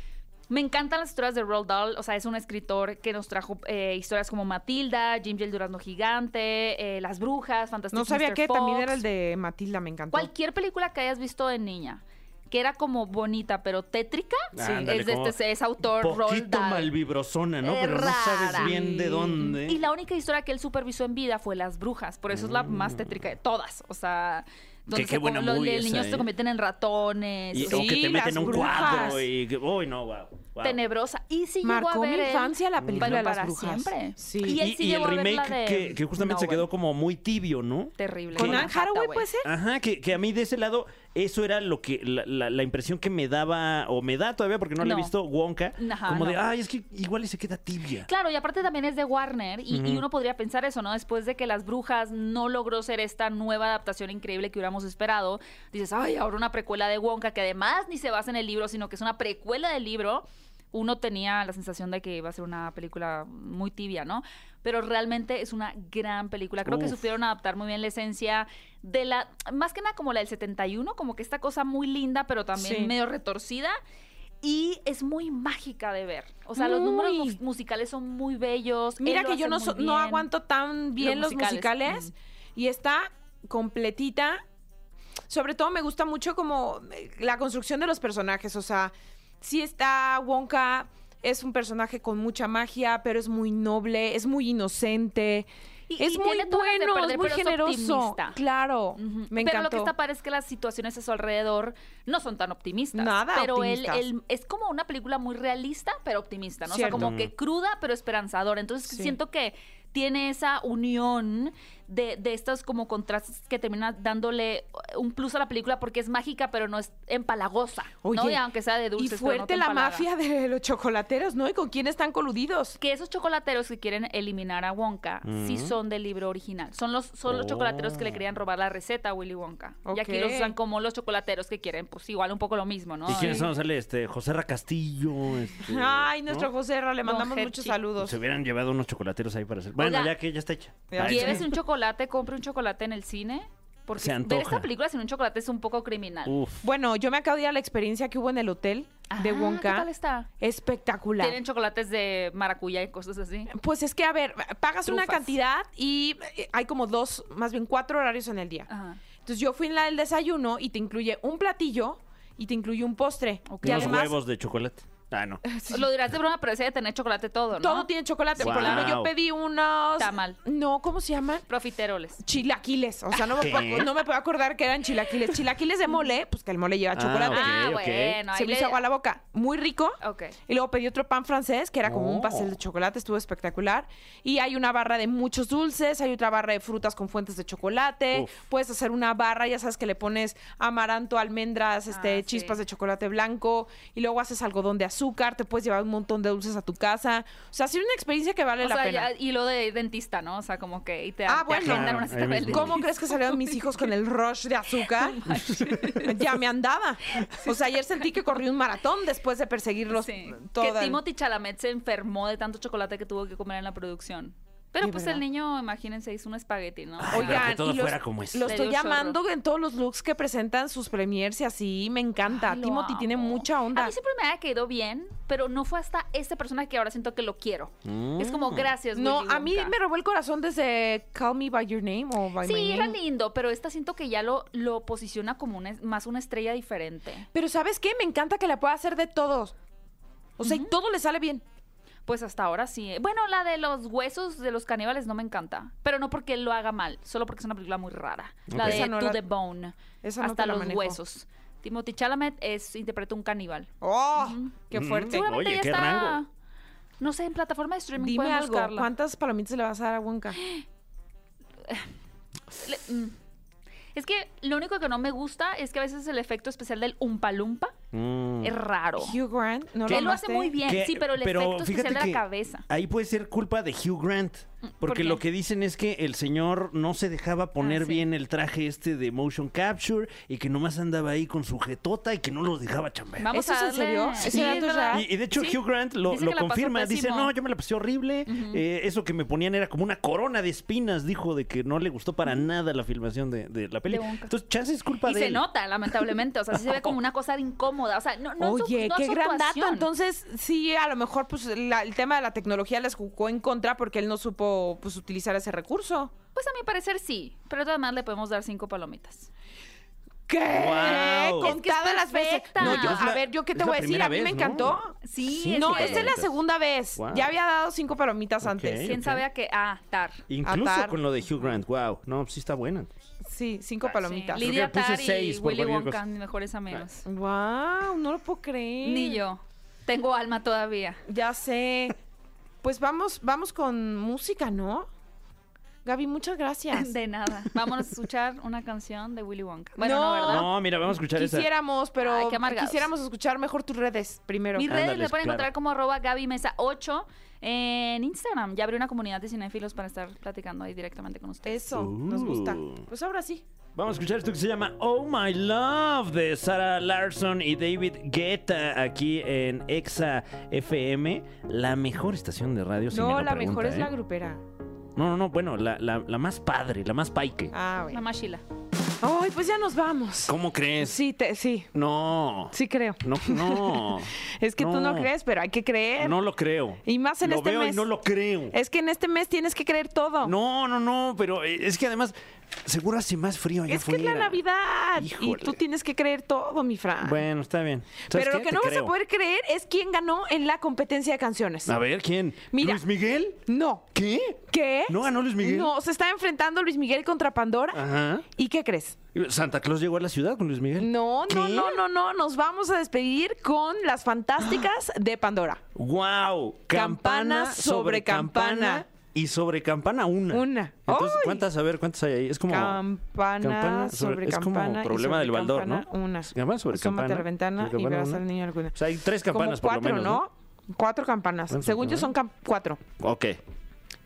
[SPEAKER 6] Me encantan las historias de Roald Dahl, o sea, es un escritor que nos trajo eh, historias como Matilda, Jim y el Durazno Gigante, eh, Las Brujas, Fantastic
[SPEAKER 1] No sabía
[SPEAKER 6] Mr.
[SPEAKER 1] que
[SPEAKER 6] Fox.
[SPEAKER 1] también era el de Matilda, me encantó.
[SPEAKER 6] Cualquier película que hayas visto de niña, que era como bonita pero tétrica,
[SPEAKER 2] Sí. Ah, Ándale,
[SPEAKER 6] es de
[SPEAKER 2] como
[SPEAKER 6] este es autor Roald
[SPEAKER 2] Poquito
[SPEAKER 6] Dahl.
[SPEAKER 2] malvibrosona, ¿no?
[SPEAKER 6] Es
[SPEAKER 2] Pero no sabes
[SPEAKER 6] rara.
[SPEAKER 2] bien de dónde.
[SPEAKER 6] Y la única historia que él supervisó en vida fue Las Brujas, por eso es la más tétrica de todas, o sea... Donde
[SPEAKER 2] Mm. qué
[SPEAKER 6] se
[SPEAKER 2] buena
[SPEAKER 6] con- los,
[SPEAKER 2] movie
[SPEAKER 6] los
[SPEAKER 2] esa,
[SPEAKER 6] niños
[SPEAKER 2] ¿eh?
[SPEAKER 6] se convierten este en ratones.
[SPEAKER 2] Y-
[SPEAKER 6] o sea,
[SPEAKER 2] o que
[SPEAKER 1] Sí,
[SPEAKER 2] te meten
[SPEAKER 1] las
[SPEAKER 2] a un
[SPEAKER 1] brujas.
[SPEAKER 2] cuadro y que, uy, no, wow, wow.
[SPEAKER 6] tenebrosa. Y sí llegó a
[SPEAKER 1] Marcó mi
[SPEAKER 6] ver él,
[SPEAKER 1] infancia la película
[SPEAKER 6] pero
[SPEAKER 1] de las
[SPEAKER 6] para
[SPEAKER 1] brujas.
[SPEAKER 6] siempre.
[SPEAKER 1] Sí.
[SPEAKER 6] Y él
[SPEAKER 2] Y,
[SPEAKER 6] sí
[SPEAKER 2] y el
[SPEAKER 6] llegó a ver la
[SPEAKER 2] remake
[SPEAKER 6] de-
[SPEAKER 2] que, que justamente
[SPEAKER 6] No,
[SPEAKER 2] se quedó
[SPEAKER 6] bueno,
[SPEAKER 2] como muy tibio, ¿no?
[SPEAKER 6] terrible.
[SPEAKER 1] ¿Con
[SPEAKER 6] Con
[SPEAKER 1] Anne
[SPEAKER 6] Anne
[SPEAKER 2] pues,
[SPEAKER 1] Hathaway
[SPEAKER 6] Hathaway.
[SPEAKER 1] puede ser?
[SPEAKER 2] Ajá, que, que a mí de ese lado eso era lo que la, la- la impresión que me daba, o me da todavía porque no, la he
[SPEAKER 6] No.
[SPEAKER 2] visto, Wonka,
[SPEAKER 6] Ajá,
[SPEAKER 2] como de,
[SPEAKER 6] no.
[SPEAKER 2] ay, es que igual y se queda tibia.
[SPEAKER 6] Claro, y aparte también es de Warner y, y uno podría pensar eso, ¿no? Después de que Las Brujas no logró ser esta nueva adaptación increíble que hubiéramos esperado, dices, ay, ahora una precuela de Wonka que además ni se basa en el libro, sino que es una precuela del libro. Uno tenía la sensación de que iba a ser una película muy tibia, ¿no? Pero realmente es una gran película. Creo que
[SPEAKER 2] Uf.
[SPEAKER 6] supieron adaptar muy bien la esencia de la, más que nada como la del 71, como que esta cosa muy linda, pero también
[SPEAKER 1] Sí.
[SPEAKER 6] medio retorcida. Y es muy mágica de ver. O sea, los números
[SPEAKER 1] Muy.
[SPEAKER 6] mus- musicales son muy bellos. él
[SPEAKER 1] Mira
[SPEAKER 6] lo
[SPEAKER 1] que yo
[SPEAKER 6] hace
[SPEAKER 1] no,
[SPEAKER 6] muy
[SPEAKER 1] so- no
[SPEAKER 6] bien.
[SPEAKER 1] aguanto tan bien los
[SPEAKER 6] Los
[SPEAKER 1] musicales,
[SPEAKER 6] musicales. Mm.
[SPEAKER 1] y está completita. Sobre todo me gusta mucho como eh, la construcción de los personajes, o sea, sí está Wonka, es un personaje con mucha magia, pero es muy noble, es muy inocente,
[SPEAKER 6] Y-
[SPEAKER 1] es
[SPEAKER 6] y
[SPEAKER 1] muy
[SPEAKER 6] tiene todas las de
[SPEAKER 1] bueno, es
[SPEAKER 6] perder,
[SPEAKER 1] muy
[SPEAKER 6] pero es
[SPEAKER 1] generoso.
[SPEAKER 6] optimista.
[SPEAKER 1] Claro,
[SPEAKER 6] Ujú.
[SPEAKER 1] me
[SPEAKER 6] pero lo
[SPEAKER 1] encantó.
[SPEAKER 6] que está padre es que las situaciones a su alrededor no son tan optimistas.
[SPEAKER 1] Nada
[SPEAKER 6] Pero él-
[SPEAKER 1] optimistas.
[SPEAKER 6] Él, es como una película muy realista, pero optimista, ¿no?
[SPEAKER 1] Cierto.
[SPEAKER 6] O sea, como que cruda, pero esperanzadora. Entonces
[SPEAKER 1] Sí.
[SPEAKER 6] siento que tiene esa unión de, de estos como contrastes que termina dándole un plus a la película porque es mágica, pero no es empalagosa. ¿no?
[SPEAKER 1] Oye,
[SPEAKER 6] Y aunque sea de
[SPEAKER 1] y
[SPEAKER 6] dulces. pero no
[SPEAKER 1] fuerte
[SPEAKER 6] te
[SPEAKER 1] la
[SPEAKER 6] empalaga.
[SPEAKER 1] mafia de los chocolateros, ¿no? ¿Y con quién están coludidos?
[SPEAKER 6] que esos chocolateros que quieren eliminar a Wonka sí son del libro original. Son los, son los chocolateros
[SPEAKER 2] Oh.
[SPEAKER 6] que le querían robar la receta a Willy Wonka. Y aquí los
[SPEAKER 1] Ok.
[SPEAKER 6] usan como los chocolateros que quieren, pues igual un poco lo mismo, ¿no? Eh,
[SPEAKER 2] ¿Y quiénes son? Sale este, José Ra Castillo. este,
[SPEAKER 1] Ay,
[SPEAKER 2] ¿no?
[SPEAKER 1] nuestro José Ra, le
[SPEAKER 6] Don
[SPEAKER 1] mandamos
[SPEAKER 6] Herchi.
[SPEAKER 1] muchos saludos.
[SPEAKER 2] Se hubieran llevado unos chocolateros ahí para hacer. Bueno,
[SPEAKER 6] Oiga,
[SPEAKER 2] ya que ya está hecha.
[SPEAKER 1] ya
[SPEAKER 2] Ahí está.
[SPEAKER 6] Llévese un chocolate, compre un chocolate en el cine. Porque
[SPEAKER 2] Se
[SPEAKER 6] ver
[SPEAKER 2] antoja. Uh.
[SPEAKER 6] esta película sin un chocolate es un poco criminal.
[SPEAKER 2] Uf.
[SPEAKER 1] Bueno, yo me acabo de ir a la experiencia que hubo en el hotel de
[SPEAKER 6] Ah,
[SPEAKER 1] Wonka.
[SPEAKER 6] ¿Qué tal está?
[SPEAKER 1] Espectacular.
[SPEAKER 6] Tienen chocolates de maracuyá y cosas así.
[SPEAKER 1] Pues es que, a ver, pagas una
[SPEAKER 6] Trufas.
[SPEAKER 1] cantidad y eh, hay como dos, más bien cuatro horarios en el día.
[SPEAKER 6] Ajá.
[SPEAKER 1] Entonces yo fui en la del desayuno y te incluye un platillo y te incluye un postre.
[SPEAKER 6] Ok.
[SPEAKER 1] Y
[SPEAKER 2] unos
[SPEAKER 1] además,
[SPEAKER 2] huevos de chocolate. Ah, no.
[SPEAKER 6] Lo dirás de broma, pero ese de tener chocolate todo, ¿no?
[SPEAKER 1] todo tiene chocolate. Por ejemplo, yo
[SPEAKER 2] Wow.
[SPEAKER 1] pedí unos...
[SPEAKER 6] Tamal.
[SPEAKER 1] No, ¿cómo se llaman?
[SPEAKER 6] Profiteroles.
[SPEAKER 1] Chilaquiles, o sea, no me,
[SPEAKER 2] ¿Qué?
[SPEAKER 1] puedo, no me puedo acordar que eran chilaquiles. Chilaquiles de mole, pues que el mole lleva
[SPEAKER 2] Ah,
[SPEAKER 1] chocolate.
[SPEAKER 2] ok.
[SPEAKER 6] ah, bueno. ahí
[SPEAKER 1] Se me
[SPEAKER 6] le-
[SPEAKER 1] hizo agua la boca. Muy rico.
[SPEAKER 6] Ok.
[SPEAKER 1] Y luego pedí otro pan francés, que era como un
[SPEAKER 2] Oh.
[SPEAKER 1] pastel de chocolate, estuvo espectacular. Y hay una barra de muchos dulces, hay otra barra de frutas con fuentes de chocolate.
[SPEAKER 2] Uf.
[SPEAKER 1] Puedes hacer una barra, ya sabes que le pones amaranto, almendras, este,
[SPEAKER 6] Ah, sí.
[SPEAKER 1] chispas de chocolate blanco, y luego haces algodón de azúcar, te puedes llevar un montón de dulces a tu casa. O sea, ha sido una experiencia que vale
[SPEAKER 6] O
[SPEAKER 1] la
[SPEAKER 6] sea,
[SPEAKER 1] pena.
[SPEAKER 6] ya- y lo de dentista, ¿no? O sea, como que y te,
[SPEAKER 1] Ah,
[SPEAKER 6] te
[SPEAKER 1] bueno.
[SPEAKER 6] agendan una cita
[SPEAKER 2] Claro,
[SPEAKER 6] para
[SPEAKER 2] ahí
[SPEAKER 6] el
[SPEAKER 2] mismo.
[SPEAKER 1] ¿Cómo crees que salieron mis hijos con el rush de azúcar? ya me andaba. O sea, ayer sentí que corrí un maratón después de perseguirlos
[SPEAKER 6] Sí.
[SPEAKER 1] toda-
[SPEAKER 6] Que Timothy Chalamet se enfermó de tanto chocolate que tuvo que comer en la producción. Pero
[SPEAKER 1] Sí,
[SPEAKER 6] pues
[SPEAKER 1] ¿verdad?
[SPEAKER 6] el niño, imagínense, hizo un espagueti, ¿no?
[SPEAKER 2] Ay, pero que todo
[SPEAKER 1] y los-
[SPEAKER 2] fuera como es.
[SPEAKER 1] Lo
[SPEAKER 6] Le
[SPEAKER 1] estoy
[SPEAKER 6] dio chorro.
[SPEAKER 1] llamando en todos los looks que presentan sus premiers y así. Me encanta.
[SPEAKER 6] Ay, lo
[SPEAKER 1] Timothy
[SPEAKER 6] amo.
[SPEAKER 1] tiene mucha
[SPEAKER 6] A
[SPEAKER 1] onda.
[SPEAKER 6] mí siempre me ha quedado bien, pero no fue hasta esta persona que ahora siento que lo quiero. Es como,
[SPEAKER 2] Mm.
[SPEAKER 6] gracias,
[SPEAKER 1] No,
[SPEAKER 6] Willy
[SPEAKER 1] a mí
[SPEAKER 6] Wonka.
[SPEAKER 1] me robó el corazón desde Call Me By Your Name o By My
[SPEAKER 6] Sí, era
[SPEAKER 1] Name.
[SPEAKER 6] lindo, pero esta siento que ya lo, lo posiciona como una, más una estrella diferente.
[SPEAKER 1] Pero ¿sabes qué? Me encanta que la pueda hacer de todos. O sea, y todo le sale bien.
[SPEAKER 6] Pues hasta ahora sí. Bueno, la de los huesos de los caníbales no me encanta. Pero no porque él lo haga mal, solo porque es una película muy rara. La
[SPEAKER 2] Ok.
[SPEAKER 6] de
[SPEAKER 1] Esa no
[SPEAKER 6] To
[SPEAKER 1] la-
[SPEAKER 6] the Bone.
[SPEAKER 1] esa no te
[SPEAKER 6] hasta
[SPEAKER 1] la
[SPEAKER 6] los
[SPEAKER 1] manejo.
[SPEAKER 6] huesos. Timothy Chalamet es, interpreta un caníbal.
[SPEAKER 1] ¡Oh! ¡Qué fuerte!
[SPEAKER 2] Seguramente Oye, qué rango.
[SPEAKER 6] No sé, en plataforma de streaming
[SPEAKER 1] Dime
[SPEAKER 6] pueden
[SPEAKER 1] algo.
[SPEAKER 6] buscarla.
[SPEAKER 1] ¿Cuántas palomitas le vas a dar a Wonka?
[SPEAKER 6] Le- mm. Es que lo único que no me gusta es que a veces el efecto especial del umpalumpa
[SPEAKER 2] Mm.
[SPEAKER 6] es raro.
[SPEAKER 1] Hugh Grant, ¿no
[SPEAKER 6] Él lo hace
[SPEAKER 1] amaste?
[SPEAKER 6] muy bien,
[SPEAKER 2] Que-
[SPEAKER 6] sí, pero el efecto
[SPEAKER 2] fíjate
[SPEAKER 6] especial de
[SPEAKER 2] que
[SPEAKER 6] la cabeza. Mm,
[SPEAKER 2] Ahí puede ser culpa de Hugh Grant.
[SPEAKER 6] ¿por
[SPEAKER 2] Porque
[SPEAKER 6] qué? Ah,
[SPEAKER 2] lo que dicen es que el señor no se dejaba poner
[SPEAKER 6] sí.
[SPEAKER 2] bien el traje este de motion capture y que nomás andaba ahí con su jetota y que no los dejaba chambear.
[SPEAKER 6] Vamos
[SPEAKER 1] ¿Eso
[SPEAKER 6] a
[SPEAKER 1] es en
[SPEAKER 6] darle-
[SPEAKER 1] serio?
[SPEAKER 6] Sí,
[SPEAKER 1] ¿Ese dato
[SPEAKER 6] es
[SPEAKER 1] es
[SPEAKER 6] verdad.
[SPEAKER 1] real?
[SPEAKER 2] Y, y de hecho
[SPEAKER 6] Sí.
[SPEAKER 2] Hugh Grant lo,
[SPEAKER 6] Dice
[SPEAKER 2] lo
[SPEAKER 6] que la pasó
[SPEAKER 2] confirma, dice,
[SPEAKER 6] pésimo.
[SPEAKER 2] no, yo me la pasé horrible, Eh, eso que me ponían era como una corona de espinas, dijo de que no le gustó para nada la filmación de, de la peli.
[SPEAKER 6] De Wonka.
[SPEAKER 2] Entonces, chance es culpa
[SPEAKER 6] Y
[SPEAKER 2] de
[SPEAKER 6] se
[SPEAKER 2] él.
[SPEAKER 6] nota, lamentablemente. O sea, sí se ve como una cosa incómoda. O sea, no, no su-
[SPEAKER 1] Oye,
[SPEAKER 6] no
[SPEAKER 1] qué
[SPEAKER 6] su
[SPEAKER 1] gran dato.
[SPEAKER 6] actuación.
[SPEAKER 1] Entonces, sí, a lo mejor pues la- el tema de la tecnología les jugó en contra porque él no supo pues utilizar ese recurso.
[SPEAKER 6] Pues a mi parecer sí, pero además le podemos dar cinco palomitas.
[SPEAKER 1] ¿Qué?
[SPEAKER 2] Guau.
[SPEAKER 1] Contadas
[SPEAKER 6] Es que es
[SPEAKER 1] las veces.
[SPEAKER 6] perfecta.
[SPEAKER 1] No, yo-
[SPEAKER 6] Es
[SPEAKER 1] a
[SPEAKER 2] la-
[SPEAKER 1] ver, yo qué
[SPEAKER 2] es
[SPEAKER 1] te
[SPEAKER 2] la
[SPEAKER 1] voy a decir,
[SPEAKER 2] primera
[SPEAKER 1] a mí me
[SPEAKER 2] vez, ¿no?
[SPEAKER 1] encantó.
[SPEAKER 6] Sí,
[SPEAKER 2] Sí,
[SPEAKER 6] es
[SPEAKER 1] No, esta es
[SPEAKER 6] que-
[SPEAKER 1] pues, la
[SPEAKER 2] palomitas.
[SPEAKER 1] segunda vez.
[SPEAKER 2] Guau.
[SPEAKER 1] Ya había dado cinco palomitas antes.
[SPEAKER 6] ¿Quién
[SPEAKER 2] ok.
[SPEAKER 6] sabe a qué? Ah, Tar.
[SPEAKER 2] Incluso
[SPEAKER 1] Atar.
[SPEAKER 2] con lo de Hugh Grant, wow, no, sí está buena.
[SPEAKER 1] Sí, cinco palomitas.
[SPEAKER 6] Ah, Sí.
[SPEAKER 2] Creo que
[SPEAKER 6] Lidia
[SPEAKER 2] puse
[SPEAKER 6] Tar y
[SPEAKER 2] seis por Ah.
[SPEAKER 6] Willy
[SPEAKER 2] cualquier
[SPEAKER 6] Wonka,
[SPEAKER 2] cosa.
[SPEAKER 6] mis mejores amigos.
[SPEAKER 1] Wow, no lo puedo creer.
[SPEAKER 6] Ni yo. Tengo alma todavía.
[SPEAKER 1] Ya sé. Pues vamos, vamos con música, ¿no? Gaby, muchas gracias.
[SPEAKER 6] De nada. Vámonos a escuchar una canción de Willy Wonka. Bueno, no,
[SPEAKER 1] No.
[SPEAKER 6] ¿verdad?
[SPEAKER 2] No, mira, vamos a escuchar esa.
[SPEAKER 1] Quisiéramos, pero
[SPEAKER 6] Ay, qué amargados.
[SPEAKER 1] quisiéramos escuchar mejor tus redes primero.
[SPEAKER 6] Mis redes
[SPEAKER 2] Ándales,
[SPEAKER 6] me pueden
[SPEAKER 2] claro.
[SPEAKER 6] encontrar como arroba Gaby Mesa 8 en Instagram. Ya abrí una comunidad de cinéfilos para estar platicando ahí directamente con ustedes.
[SPEAKER 1] Eso, nos gusta.
[SPEAKER 2] Uh.
[SPEAKER 1] Pues ahora sí.
[SPEAKER 2] Vamos a escuchar esto que se llama Oh My Love de Sarah Larson y David Guetta aquí en Exa FM, la mejor estación de radio. si me
[SPEAKER 1] no,
[SPEAKER 2] lo
[SPEAKER 1] la
[SPEAKER 2] pregunta,
[SPEAKER 1] mejor es
[SPEAKER 2] ¿eh?
[SPEAKER 1] la grupera.
[SPEAKER 2] No, no, no, bueno, la, la- la más padre, la más paike.
[SPEAKER 1] Ah, bueno.
[SPEAKER 6] Mamá Sheila.
[SPEAKER 1] Ay, pues ya nos vamos.
[SPEAKER 2] ¿Cómo crees?
[SPEAKER 1] Sí, te- sí,
[SPEAKER 2] No.
[SPEAKER 1] sí creo.
[SPEAKER 2] No, no.
[SPEAKER 1] Es que tú no
[SPEAKER 2] No.
[SPEAKER 1] crees, pero hay que creer.
[SPEAKER 2] No lo creo.
[SPEAKER 1] eh. Y más en
[SPEAKER 2] lo
[SPEAKER 1] este
[SPEAKER 2] veo
[SPEAKER 1] mes.
[SPEAKER 2] Y no lo creo.
[SPEAKER 1] Es que en este mes tienes que creer todo.
[SPEAKER 2] No, no, no, pero eh, es que además, seguro hace más frío allá
[SPEAKER 1] es que es la
[SPEAKER 2] afuera.
[SPEAKER 1] Navidad. Y
[SPEAKER 2] Híjole.
[SPEAKER 1] tú tienes que creer todo, mi Fran.
[SPEAKER 2] Bueno, está bien. ¿Sabes
[SPEAKER 1] pero lo
[SPEAKER 2] qué?
[SPEAKER 1] que
[SPEAKER 2] Te
[SPEAKER 1] no vas
[SPEAKER 2] creo.
[SPEAKER 1] a poder creer es quién ganó en la competencia de canciones.
[SPEAKER 2] A ver, ¿quién?
[SPEAKER 1] Mira.
[SPEAKER 2] ¿Luis Miguel?
[SPEAKER 1] No.
[SPEAKER 2] ¿Qué?
[SPEAKER 1] ¿Qué?
[SPEAKER 2] ¿No ganó Luis Miguel?
[SPEAKER 1] No, se está enfrentando Luis Miguel contra Pandora.
[SPEAKER 2] Ajá.
[SPEAKER 1] ¿Y qué crees?
[SPEAKER 2] ¿Santa Claus llegó a la ciudad con Luis Miguel?
[SPEAKER 1] No, no,
[SPEAKER 2] ¿Qué?
[SPEAKER 1] no, no, no. Nos vamos a despedir con las fantásticas de Pandora.
[SPEAKER 2] ¡Wow!
[SPEAKER 1] Campana sobre campana.
[SPEAKER 2] Y sobre campana una.
[SPEAKER 1] Una.
[SPEAKER 2] Entonces,
[SPEAKER 1] ¡Ay!
[SPEAKER 2] ¿cuántas? A ver, ¿cuántas hay ahí? Es como.
[SPEAKER 1] Campana,
[SPEAKER 2] campana
[SPEAKER 1] sobre,
[SPEAKER 2] sobre- es como
[SPEAKER 1] campana. y
[SPEAKER 2] problema
[SPEAKER 1] sobre
[SPEAKER 2] del baldor,
[SPEAKER 1] campana,
[SPEAKER 2] ¿no?
[SPEAKER 1] Una.
[SPEAKER 2] Campana sobre
[SPEAKER 1] Asómate
[SPEAKER 2] campana,
[SPEAKER 1] a la ventana
[SPEAKER 2] sobre
[SPEAKER 1] y
[SPEAKER 2] campana,
[SPEAKER 1] verás
[SPEAKER 2] una.
[SPEAKER 1] al niño alguna.
[SPEAKER 2] O sea, hay tres campanas
[SPEAKER 1] Como
[SPEAKER 2] por lo
[SPEAKER 1] cuatro,
[SPEAKER 2] menos,
[SPEAKER 1] ¿no? Cuatro campanas.
[SPEAKER 2] Bueno,
[SPEAKER 1] Según yo
[SPEAKER 2] campanas.
[SPEAKER 1] son cam- cuatro.
[SPEAKER 2] Ok.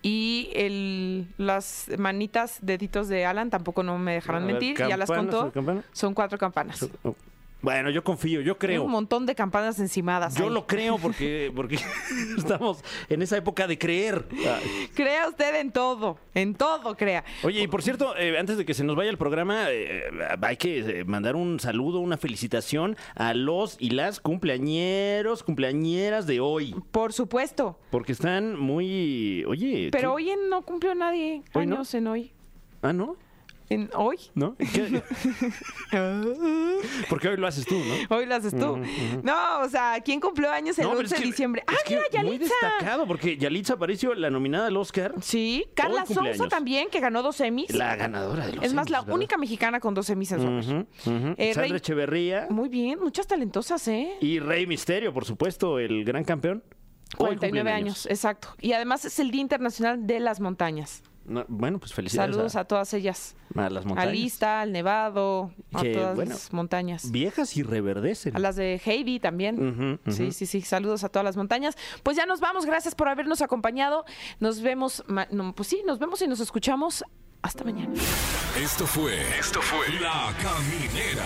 [SPEAKER 1] Y el, las manitas, deditos de Alan tampoco no me dejarán
[SPEAKER 2] A ver,
[SPEAKER 1] mentir. Ya las
[SPEAKER 2] campana
[SPEAKER 1] contó.
[SPEAKER 2] sobre campana.
[SPEAKER 1] Son cuatro campanas.
[SPEAKER 2] Oh. Bueno, yo confío, yo creo.
[SPEAKER 1] Un montón de campanas encimadas.
[SPEAKER 2] Yo
[SPEAKER 1] ahí.
[SPEAKER 2] lo creo porque, porque estamos en esa época de creer. Ah,
[SPEAKER 1] Crea usted en todo. En todo crea.
[SPEAKER 2] Oye, y por cierto, eh, antes de que se nos vaya el programa, eh, hay que eh, mandar un saludo, una felicitación a los y las cumpleañeros, cumpleañeras de hoy.
[SPEAKER 1] Por supuesto.
[SPEAKER 2] Porque están muy... Oye...
[SPEAKER 1] Pero
[SPEAKER 2] ¿qué?
[SPEAKER 1] hoy en- no cumplió nadie
[SPEAKER 2] Hoy no.
[SPEAKER 1] años en hoy.
[SPEAKER 2] Ah, ¿no?
[SPEAKER 1] En hoy.
[SPEAKER 2] ¿No? ¿Qué? Porque hoy lo haces tú, ¿no?
[SPEAKER 1] Hoy las haces tú. No, o sea, ¿quién cumplió años el
[SPEAKER 2] No, pero
[SPEAKER 1] 11
[SPEAKER 2] es
[SPEAKER 1] de
[SPEAKER 2] que-
[SPEAKER 1] diciembre?
[SPEAKER 2] es
[SPEAKER 1] ¡Ah,
[SPEAKER 2] que
[SPEAKER 1] mira,
[SPEAKER 2] Muy
[SPEAKER 1] Yalitza!
[SPEAKER 2] destacado, porque Yalitza apareció la nominada al Oscar.
[SPEAKER 1] Sí, Carla
[SPEAKER 2] cumpleaños.
[SPEAKER 1] Sousa también, que ganó dos semis.
[SPEAKER 2] La ganadora de los
[SPEAKER 1] es más,
[SPEAKER 2] Emmys,
[SPEAKER 1] la
[SPEAKER 2] ¿verdad?
[SPEAKER 1] única mexicana con dos semis en su haber.
[SPEAKER 2] Ujú, ujú.
[SPEAKER 1] Eh,
[SPEAKER 2] Sandra
[SPEAKER 1] Rey-
[SPEAKER 2] Echeverría
[SPEAKER 1] Muy bien, muchas talentosas, ¿eh?
[SPEAKER 2] y Rey Misterio, por supuesto, el gran campeón. Hoy
[SPEAKER 1] 49
[SPEAKER 2] cumplen
[SPEAKER 1] años, exacto. Y además es el Día Internacional de las Montañas.
[SPEAKER 2] No, bueno, pues felicidades.
[SPEAKER 1] Saludos
[SPEAKER 2] a,
[SPEAKER 1] a, todas ellas.
[SPEAKER 2] a las montañas.
[SPEAKER 1] A Lista, al Nevado, a
[SPEAKER 2] Que,
[SPEAKER 1] todas
[SPEAKER 2] bueno,
[SPEAKER 1] las montañas.
[SPEAKER 2] Viejas y reverdecen.
[SPEAKER 1] A las de Heidi también.
[SPEAKER 2] Ujú, ujú.
[SPEAKER 1] Sí, sí, sí. Saludos a todas las montañas. Pues ya nos vamos. Gracias por habernos acompañado. Nos vemos. ma- no, pues sí, nos vemos y nos escuchamos. Hasta mañana.
[SPEAKER 7] Esto fue. Esto fue. La Caminera.